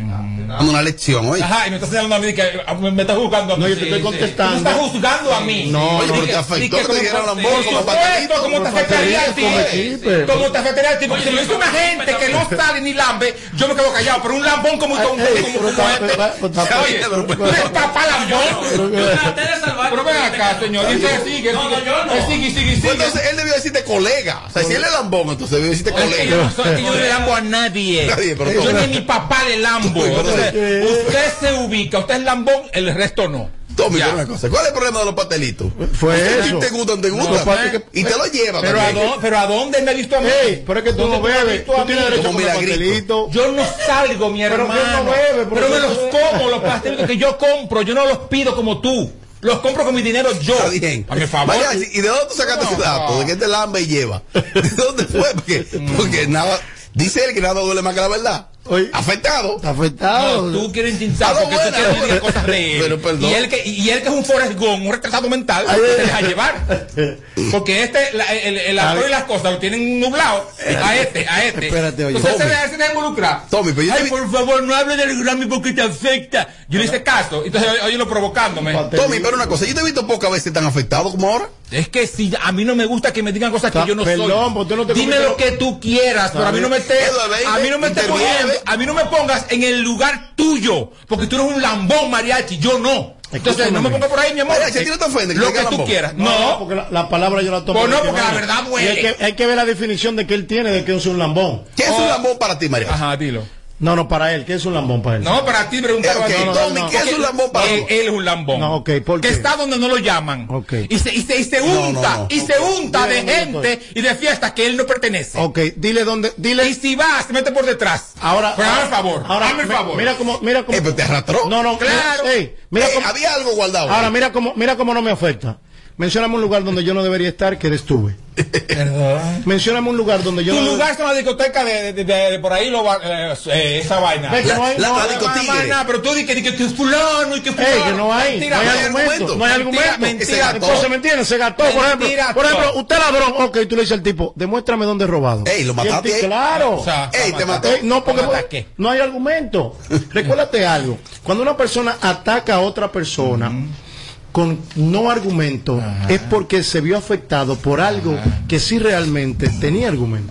Speaker 1: Dame una lección hoy.
Speaker 5: Ajá, y me estás señalando a mí que ah, me, me estás juzgando a mí.
Speaker 3: No, yo te estoy
Speaker 5: Tú
Speaker 3: contestando.
Speaker 5: estás juzgando a mí.
Speaker 3: No,
Speaker 1: Oye,
Speaker 3: no,
Speaker 1: pero
Speaker 5: Ni
Speaker 1: te
Speaker 5: ni
Speaker 1: afectó que te
Speaker 5: como-
Speaker 1: dieran lambón
Speaker 5: Por
Speaker 1: como
Speaker 5: supuesto,
Speaker 1: pastelito.
Speaker 5: como te afectaría a ti.
Speaker 3: como equipe.
Speaker 5: Como te afectaría a ti. Porque si lo hizo una gente que no sale ni lambe, yo me quedo callado. Pero un lambón como como- como-
Speaker 3: Ey,
Speaker 5: como
Speaker 3: pero está- está- está-
Speaker 5: este.
Speaker 3: está-
Speaker 5: Oye, tú eres papá lambón.
Speaker 7: Yo traté de salvar.
Speaker 5: Pero ven acá, señor. Y que sigue,
Speaker 7: No, no, yo no.
Speaker 5: sigue, sigue, sigue,
Speaker 1: Pues
Speaker 5: sigue.
Speaker 1: entonces él debió decirte colega. O sea, si él es lambón, entonces debió decirte
Speaker 5: Es que yo
Speaker 1: colega.
Speaker 5: no soy- yo no le lambo a nadie.
Speaker 1: Nadie, pero
Speaker 5: Yo
Speaker 1: toma.
Speaker 5: ni a mi papá le lambo.
Speaker 1: Uy, pero
Speaker 5: Entonces,
Speaker 1: sí.
Speaker 5: usted se ubica, usted es lambón, el resto no.
Speaker 1: Tommy, dime una cosa. ¿Cuál es el problema de los pastelitos?
Speaker 3: Fue
Speaker 1: Usted
Speaker 3: eso.
Speaker 1: Te gustan, te
Speaker 3: Lo que
Speaker 1: gustan.
Speaker 3: pasa es que-
Speaker 1: Y te lo lleva
Speaker 5: Pero a,
Speaker 1: también.
Speaker 5: dónde, pero a dónde me ha visto a mí?
Speaker 3: Ey, pero es que tú
Speaker 5: ¿Dónde
Speaker 3: no
Speaker 5: me has
Speaker 3: bebes,
Speaker 5: visto a
Speaker 3: tú
Speaker 5: mí?
Speaker 3: tienes derecho a
Speaker 1: Como
Speaker 3: comer
Speaker 1: milagrito.
Speaker 3: pastelito.
Speaker 5: Yo no salgo, mi
Speaker 3: Pero que
Speaker 5: hermano.
Speaker 3: él no bebe,
Speaker 5: pero
Speaker 3: porque
Speaker 5: me los
Speaker 3: tú-
Speaker 5: como, los pastelitos que yo compro. Yo no los pido como tú. Los compro con mi dinero yo.
Speaker 1: Está bien.
Speaker 5: A mi favor.
Speaker 1: Mariachi, ¿Y de dónde tú sacaste ese dato? ¿De qué te lamba y lleva? ¿De dónde fue? Porque, porque nada. Dice él que nada duele más que la verdad.
Speaker 3: Oye.
Speaker 1: Afectado.
Speaker 3: Está afectado.
Speaker 5: No, tú quieres intintar
Speaker 1: Ah, no,
Speaker 5: porque tú
Speaker 1: bueno.
Speaker 5: quieres que diga cosas de él.
Speaker 1: Pero perdón.
Speaker 5: Y él que, y él que es un Forrest Gump, un retrasado mental, se deja llevar. Porque este, la- el, el
Speaker 3: A
Speaker 5: actor
Speaker 3: ver.
Speaker 5: y las cosas lo tienen nublado. A este, a este.
Speaker 3: Espérate, oye,
Speaker 5: Entonces se
Speaker 1: Tommy.
Speaker 5: deja, se deja involucrar.
Speaker 1: Tommy, pero yo te
Speaker 5: Ay,
Speaker 1: vi-
Speaker 5: por favor, no hable del Grammy porque te afecta. Yo le hice caso. Entonces, oye, oye, lo provocándome.
Speaker 1: Tommy, pero una cosa. Yo te he visto pocas veces tan afectado como ahora.
Speaker 5: Es que si a mí no me gusta que me digan cosas que
Speaker 3: Ta-
Speaker 5: yo no
Speaker 3: perdón,
Speaker 5: soy.
Speaker 3: porque tú no te
Speaker 5: Dime
Speaker 3: comiste
Speaker 5: lo
Speaker 3: lo-
Speaker 5: que tú quieras, pero a mí no me estés,
Speaker 1: Eduardo, baby,
Speaker 5: a mí no me estés
Speaker 1: interviene.
Speaker 5: poniendo, a mí no me pongas en el lugar tuyo, porque tú eres un lambón mariachi, yo no. Entonces no me pongas por ahí, mi amor.
Speaker 1: Mariachi, a ti no te ofende que
Speaker 5: Lo
Speaker 1: te
Speaker 5: que
Speaker 1: diga
Speaker 5: tú
Speaker 1: lambón.
Speaker 5: quieras.
Speaker 3: No,
Speaker 5: No.
Speaker 3: porque la, la palabra yo la tomo.
Speaker 5: Pues no,
Speaker 3: de que
Speaker 5: porque la
Speaker 3: vale.
Speaker 5: verdad
Speaker 3: Y
Speaker 5: duele.
Speaker 3: Hay que, hay que ver la definición de que él tiene de que es un lambón.
Speaker 1: ¿Qué es
Speaker 5: Oh.
Speaker 1: un lambón para ti, Mariachi?
Speaker 5: Ajá, dilo.
Speaker 3: No, no, para él, ¿qué es un lambón para él?
Speaker 5: No, para ti
Speaker 1: Eh,
Speaker 5: preguntar.
Speaker 1: ok,
Speaker 3: no, no,
Speaker 1: Tommy,
Speaker 3: no.
Speaker 1: ¿qué es un lambón para
Speaker 5: él,
Speaker 1: ti?
Speaker 5: él es un lambón.
Speaker 3: No, ok, ¿por
Speaker 5: Que
Speaker 3: qué?
Speaker 5: está donde no lo llaman.
Speaker 3: Ok.
Speaker 5: Y se, y se, y se
Speaker 1: No, no,
Speaker 5: unta,
Speaker 1: no.
Speaker 5: y se unta de
Speaker 3: Bien, bien,
Speaker 5: gente y de fiestas que él no pertenece.
Speaker 3: Ok, dile dónde, dile.
Speaker 5: Y si vas, se mete por detrás.
Speaker 3: Ahora,
Speaker 5: Pero hazme el favor.
Speaker 3: Ahora,
Speaker 5: hazme el
Speaker 3: mi-
Speaker 5: favor.
Speaker 3: Mira cómo, mira cómo.
Speaker 1: Eh, pero te arrastró.
Speaker 3: No, no,
Speaker 5: Claro.
Speaker 3: mira- ey, mira
Speaker 1: Eh,
Speaker 3: cómo-
Speaker 1: había algo guardado.
Speaker 3: ahora mira cómo, mira cómo no me afecta. Mencioname un lugar donde yo no debería estar, que eres tú, Perdón. Mencioname un lugar donde yo
Speaker 5: Tu
Speaker 3: no
Speaker 5: lugar es una discoteca de, de- de- de por ahí, lo, va- eh, eh, esa vaina.
Speaker 3: Ve que no hay- La- no, la- la discoteca.
Speaker 5: no hay nada, pero tú di que, di que tú es fulano y que
Speaker 3: Ey, que no hay,
Speaker 5: Mentira,
Speaker 3: no hay argumento, no hay argumento.
Speaker 5: Mentira, mentira.
Speaker 3: Entonces, ¿me entiendes? Se gastó, por ejemplo.
Speaker 5: Mentira,
Speaker 3: Por ejemplo,
Speaker 5: todo.
Speaker 3: usted ladrón, ok, tú le dices al tipo, demuéstrame dónde he robado.
Speaker 1: Ey, lo
Speaker 3: Y el
Speaker 1: mataste,
Speaker 3: tipo,
Speaker 1: ey.
Speaker 3: Claro.
Speaker 1: O sea, Ey, te mató.
Speaker 3: Ey, no, porque
Speaker 1: ¿Lo mataste?
Speaker 3: no hay argumento. Recuérdate algo. Cuando una persona ataca a otra persona, Con no argumento es porque se vio afectado por algo que sí realmente tenía argumento.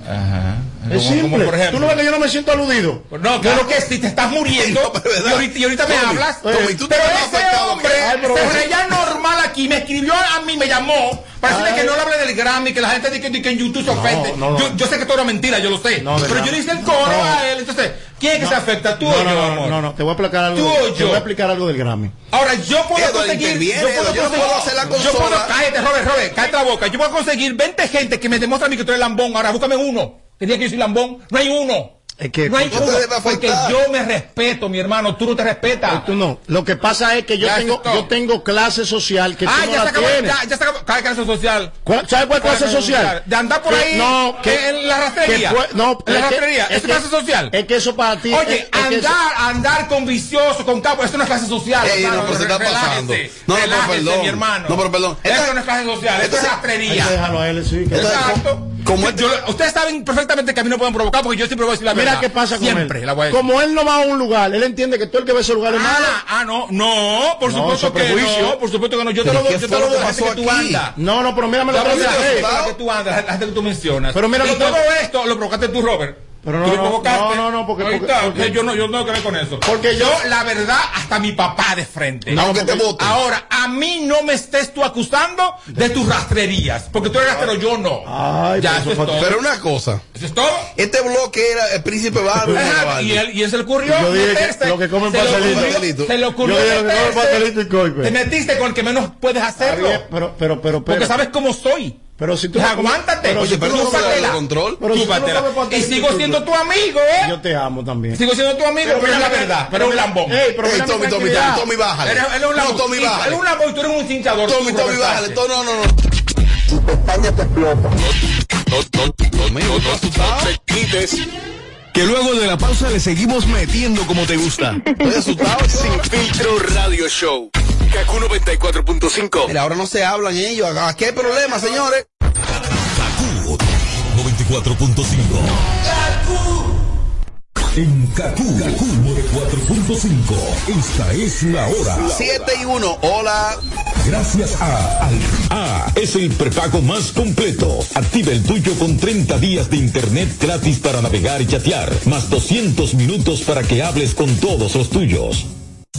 Speaker 3: Es
Speaker 5: Como- como
Speaker 3: simple.
Speaker 5: por ejemplo.
Speaker 3: Tú no ves que yo no me siento aludido.
Speaker 5: No, claro que sí, te estás muriendo. y, ahorita, y ahorita me
Speaker 3: Tommy,
Speaker 5: hablas.
Speaker 3: Tommy, tú te
Speaker 5: pero
Speaker 3: estás
Speaker 5: ese
Speaker 3: afectado,
Speaker 5: hombre
Speaker 3: Ay, pero
Speaker 5: se
Speaker 3: ese-
Speaker 5: reía normal aquí. Me escribió a mí, me llamó. Para decirle que no le hable del Grammy, que la gente dice que, dice que en YouTube se ofende.
Speaker 3: no, no.
Speaker 5: Yo, yo sé que todo era mentira, yo lo sé.
Speaker 3: de
Speaker 5: pero
Speaker 3: verdad.
Speaker 5: yo le hice el coro
Speaker 3: No.
Speaker 5: a él. Entonces, ¿quién es que se afecta? Tú
Speaker 3: no, no,
Speaker 5: o yo,
Speaker 3: no,
Speaker 5: amor.
Speaker 3: no, no, te voy a explicar algo.
Speaker 5: Tú o
Speaker 3: Del, te
Speaker 5: yo.
Speaker 3: voy a explicar algo del Grammy.
Speaker 5: Ahora, yo puedo
Speaker 1: Edward,
Speaker 5: conseguir.
Speaker 1: interviene,
Speaker 5: Yo puedo
Speaker 1: Edward, yo no
Speaker 5: conseguir.
Speaker 1: puedo hacer la
Speaker 5: yo
Speaker 1: consola.
Speaker 5: puedo- cállate, Robert, Robert, cállate la boca. Yo puedo conseguir 20 gente que me demuestra a mí que tú eres lambón. Ahora, búscame uno. Que diga que yo soy lambón. No hay uno.
Speaker 3: Es que
Speaker 5: No hay
Speaker 3: No te
Speaker 5: uno.
Speaker 3: debe
Speaker 5: Porque
Speaker 3: afectar.
Speaker 5: yo me respeto, mi hermano. Tú no te respetas.
Speaker 3: Tú no. Lo que pasa es que yo
Speaker 5: Ya
Speaker 3: tengo
Speaker 5: está.
Speaker 3: yo tengo clase social que tú
Speaker 5: Ah,
Speaker 3: no
Speaker 5: ya se
Speaker 3: la
Speaker 5: acabó.
Speaker 3: tienes.
Speaker 5: Ya, ya se acabó. Cada clase social.
Speaker 3: ¿Cuál- ¿Sabes cuál clase
Speaker 5: Clase social.
Speaker 3: social?
Speaker 5: De andar por
Speaker 3: Que-
Speaker 5: ahí
Speaker 3: No, que
Speaker 5: en la rastrería.
Speaker 3: que fue- no,
Speaker 5: En la
Speaker 3: es que-
Speaker 5: rastrería. ¿Es clase social?
Speaker 3: Es que eso para ti.
Speaker 5: Oye,
Speaker 3: es- es que eso-
Speaker 5: andar, andar con viciosos, con capos, esto no es clase social.
Speaker 1: Ey,
Speaker 5: hermano,
Speaker 1: no, pero se está
Speaker 5: relájese,
Speaker 1: pasando. No, no, pero
Speaker 5: relájese,
Speaker 1: perdón.
Speaker 5: mi hermano.
Speaker 1: No, pero perdón.
Speaker 5: Esto
Speaker 1: Esta-
Speaker 5: no es clase social, esto es
Speaker 1: esta-
Speaker 3: Hay que
Speaker 5: rastrería.
Speaker 3: dejarlo a él, sí, que-
Speaker 5: Exacto. Como ustedes saben perfectamente que a mí no pueden provocar porque yo siempre voy a decir la
Speaker 3: Mira
Speaker 5: verdad.
Speaker 3: qué pasa con
Speaker 5: siempre
Speaker 3: él.
Speaker 5: la voy a decir.
Speaker 3: Como él no va a un lugar, él entiende que todo el que ve ese lugar es malo.
Speaker 5: Ah, ah, no, no, por
Speaker 3: No, eso
Speaker 5: supuesto
Speaker 3: es
Speaker 5: que
Speaker 3: prejuicio.
Speaker 5: no, por supuesto que no. Yo te
Speaker 3: Pero
Speaker 5: lo doy,
Speaker 3: ¿qué
Speaker 5: yo te
Speaker 3: fue
Speaker 5: lo
Speaker 3: lo
Speaker 5: doy
Speaker 3: que
Speaker 5: la gente
Speaker 3: pasó
Speaker 5: que tú
Speaker 3: aquí?
Speaker 5: andas.
Speaker 3: No, no, pero mírame lo
Speaker 5: Yo
Speaker 3: que
Speaker 5: te lo
Speaker 3: pasa,
Speaker 5: doy
Speaker 3: eh.
Speaker 5: la gente que tú andas, la gente que tú mencionas.
Speaker 3: Pero mira
Speaker 5: y
Speaker 3: lo que-
Speaker 5: todo esto lo provocaste tú, Robert.
Speaker 3: Pero no,
Speaker 5: Tú lo
Speaker 3: no, no,
Speaker 5: provocaste.
Speaker 3: no, no, porque-
Speaker 5: Ahí
Speaker 3: porque-
Speaker 5: está,
Speaker 3: porque-
Speaker 5: yo no, yo no tengo que ver con eso.
Speaker 3: Porque
Speaker 5: yo,
Speaker 3: yo-
Speaker 5: la verdad, hasta mi papá de frente.
Speaker 1: No, Aunque porque- te voten.
Speaker 5: Ahora, a mí no me estés tú acusando de tus rastrerías, porque tú eres
Speaker 3: Ah.
Speaker 5: rastrero, yo no.
Speaker 1: Ay,
Speaker 5: Ya, eso es todo.
Speaker 1: Pero una cosa.
Speaker 5: Eso es todo.
Speaker 1: Este bloque era el príncipe Bárbaro.
Speaker 5: Ajá,
Speaker 1: Navalny.
Speaker 5: y él, y él se le ocurrió
Speaker 1: Yo dije que
Speaker 5: meterse.
Speaker 1: lo que comen
Speaker 5: Se le
Speaker 1: pastelito.
Speaker 5: ocurrió- Se le ocurrió este
Speaker 1: Yo dije lo que comen
Speaker 5: meterse.
Speaker 1: pastelito
Speaker 3: y coipe.
Speaker 5: Te metiste con el que menos puedes hacerlo.
Speaker 3: Bien, Pero, pero, pero,
Speaker 5: Porque
Speaker 3: pero.
Speaker 5: sabes cómo soy.
Speaker 3: Pero si tú
Speaker 5: Pues
Speaker 3: no-
Speaker 5: aguántate.
Speaker 3: pero si
Speaker 5: Oye,
Speaker 3: tú no
Speaker 5: pero
Speaker 3: sabes
Speaker 5: chúpatela.
Speaker 3: de control. Pero si tú no
Speaker 5: Chúpatela.
Speaker 3: sabes
Speaker 5: Y
Speaker 3: pastelito,
Speaker 5: sigo
Speaker 3: tú-
Speaker 5: siendo tu amigo, ¿eh?
Speaker 3: Yo te amo también.
Speaker 5: Sigo siendo tu amigo, pero, es la
Speaker 3: mira,
Speaker 5: verdad. Pero es un lambón.
Speaker 3: Ey, pero mira
Speaker 1: Ey,
Speaker 3: mi
Speaker 1: Tommy, Tommy,
Speaker 3: tranquilidad.
Speaker 1: Tommy, Tommy, bájale.
Speaker 5: Eres- eres un
Speaker 1: No,
Speaker 5: lambón.
Speaker 1: Tommy,
Speaker 5: Sí,
Speaker 1: bájale.
Speaker 5: Eres un lambón y tú eres un cinchador.
Speaker 1: Tommy,
Speaker 5: tú,
Speaker 1: Tommy,
Speaker 5: Robert
Speaker 1: bájale.
Speaker 5: Sánchez.
Speaker 1: No, no, no, no.
Speaker 35: Tu pestaña te explota.
Speaker 16: No, no, no, no, no te quites. Que luego de la pausa le seguimos metiendo como te gusta.
Speaker 35: Sin filtro radio show. Kaku 94.5.
Speaker 1: Mira, ahora no se hablan ellos. ¿A qué problema, señores?
Speaker 16: 94.5. En Kaku, Kaku 4.5. Esta es la hora.
Speaker 1: 7 y 1. Hola.
Speaker 16: Gracias a Alfa. Es el prepago más completo. Activa el tuyo con 30 días de internet gratis para navegar y chatear. Más 200 minutos para que hables con todos los tuyos.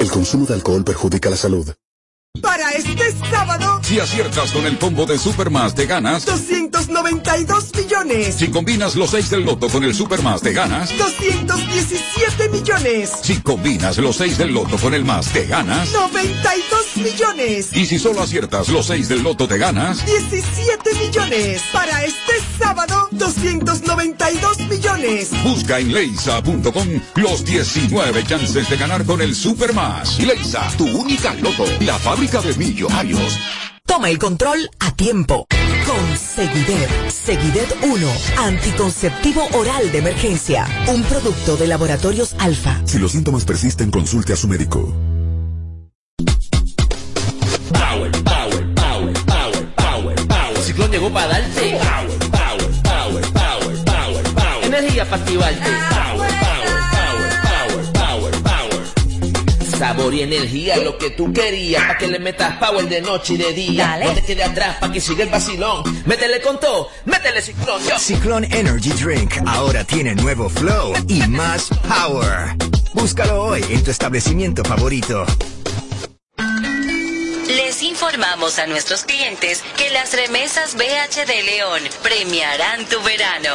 Speaker 16: El consumo de alcohol perjudica la salud.
Speaker 31: Para este sábado,
Speaker 16: Si aciertas con el combo de Supermas de ganas,
Speaker 31: 292 millones,
Speaker 16: si combinas los 6 del loto con el Supermas de ganas,
Speaker 31: 217 millones,
Speaker 16: si combinas los 6 del loto con el más de ganas,
Speaker 31: 92 millones.
Speaker 36: millones.
Speaker 21: Y si solo aciertas los 6 del loto te ganas
Speaker 36: 17 millones. Para este sábado, 292 millones.
Speaker 21: Busca en leisa.com los 19 chances de ganar con el Supermas. Leisa, tu única loto, la fábrica de millonarios.
Speaker 15: Toma el control a tiempo. Con Seguidet. Seguidet 1. Anticonceptivo oral de emergencia. Un producto de laboratorios alfa.
Speaker 37: Si los síntomas persisten, consulte a su médico.
Speaker 7: Power, power, power, power, power, power. Ciclón llegó para darte. Power, power, power, power, power, power. Energía para activarte. Power, power, power, power, power, power. Sabor y energía, lo que tú querías. Pa' que le metas power de noche y de día.
Speaker 38: Dale.
Speaker 7: No te quedes atrás, pa' que siga el vacilón. Métele con todo, métele ciclón. Yo.
Speaker 31: Ciclón Energy Drink ahora tiene nuevo flow y más power. Búscalo hoy en tu establecimiento favorito.
Speaker 39: Les informamos a nuestros clientes que las remesas BH de León premiarán tu verano.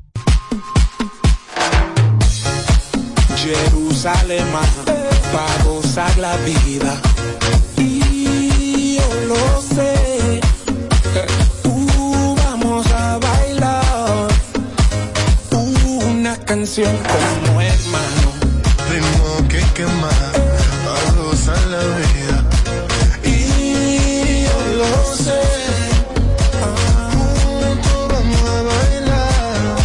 Speaker 6: Jerusalén para gozar la vida. Y yo lo sé, uh, vamos a bailar una canción como hermano.
Speaker 40: Tengo que quemar para gozar la vida.
Speaker 6: Y yo lo sé,
Speaker 40: Juntos vamos a bailar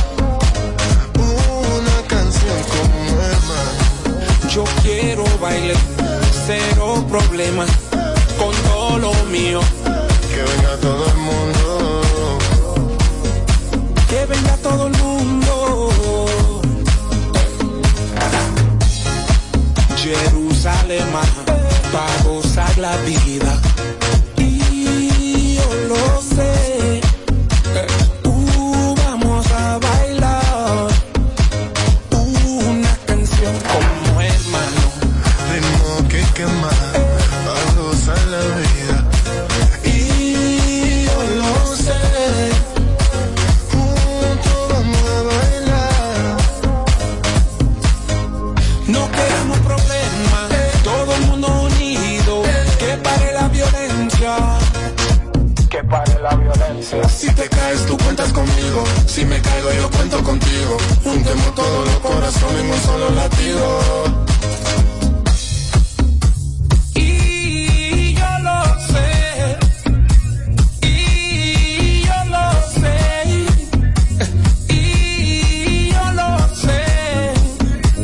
Speaker 40: una canción como hermano.
Speaker 6: yo quiero bailar, cero problema, con todo lo mío.
Speaker 40: Que venga todo el mundo.
Speaker 6: que venga todo el mundo. Jerusalén para gozar la vida. Y yo lo sé, uh, vamos a bailar una canción como hermano.
Speaker 40: Tengo que quemar para gozar la vida.
Speaker 6: Y yo lo sé,
Speaker 40: Juntos vamos a bailar.
Speaker 6: no queremos problemas, todo el mundo unido, que pare la violencia.
Speaker 40: Que pare la violencia. Si te caes, tú cuentas conmigo. Si me caigo, yo cuento contigo. Juntemos todos los corazones en un solo latido.
Speaker 6: Y yo lo sé, y yo lo sé, y yo lo sé,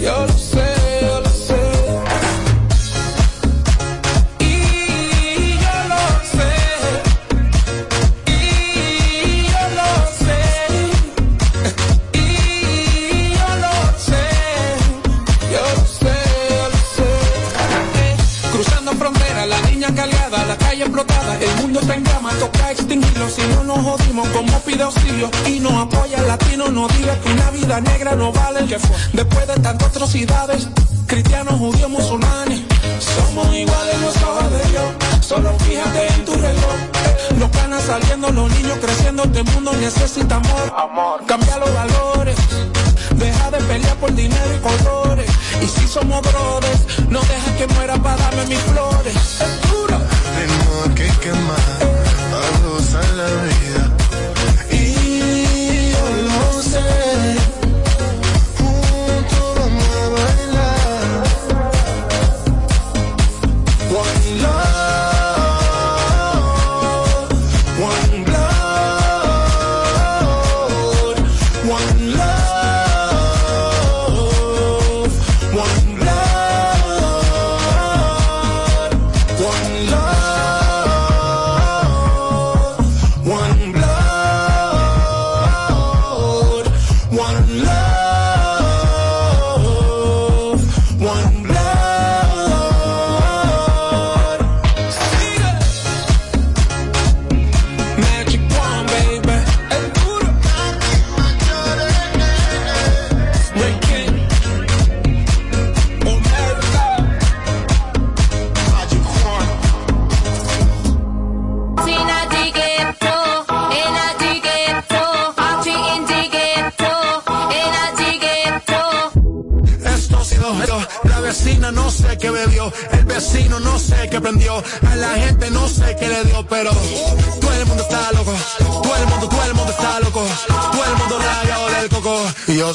Speaker 6: yo lo sé, yo lo sé, y yo lo sé, y yo lo sé, y yo lo sé. Yo lo sé, yo lo sé. Eh, cruzando fronteras, la niña caleada, la calle explotada, el mundo está en llamas, toca extinguirlo. Si no nos jodimos, como pide auxilio y nos apoya el latino, no diga que una vida negra no vale. Que fue después de tantas atrocidades, cristianos, judíos, musulmanes, somos iguales en los ojos de Dios. Solo fíjate en tu reloj. Eh, Los canas saliendo, los niños creciendo, este mundo necesita amor. Amor. Cambia los valores. Deja de pelear por dinero y colores. Y si somos brothers, no dejes que muera para darme mis flores. Es duro.
Speaker 40: Tengo que quemar para gozar la vida.
Speaker 6: Y yo lo sé.
Speaker 40: Juntos vamos a bailar.
Speaker 6: One love. One blood. One love. One blood. One love. One
Speaker 5: que prendió. A la gente no sé qué le dio, pero todo el mundo está loco. Todo el mundo, todo el mundo está loco. Todo el mundo rabia ahora el coco. Y yo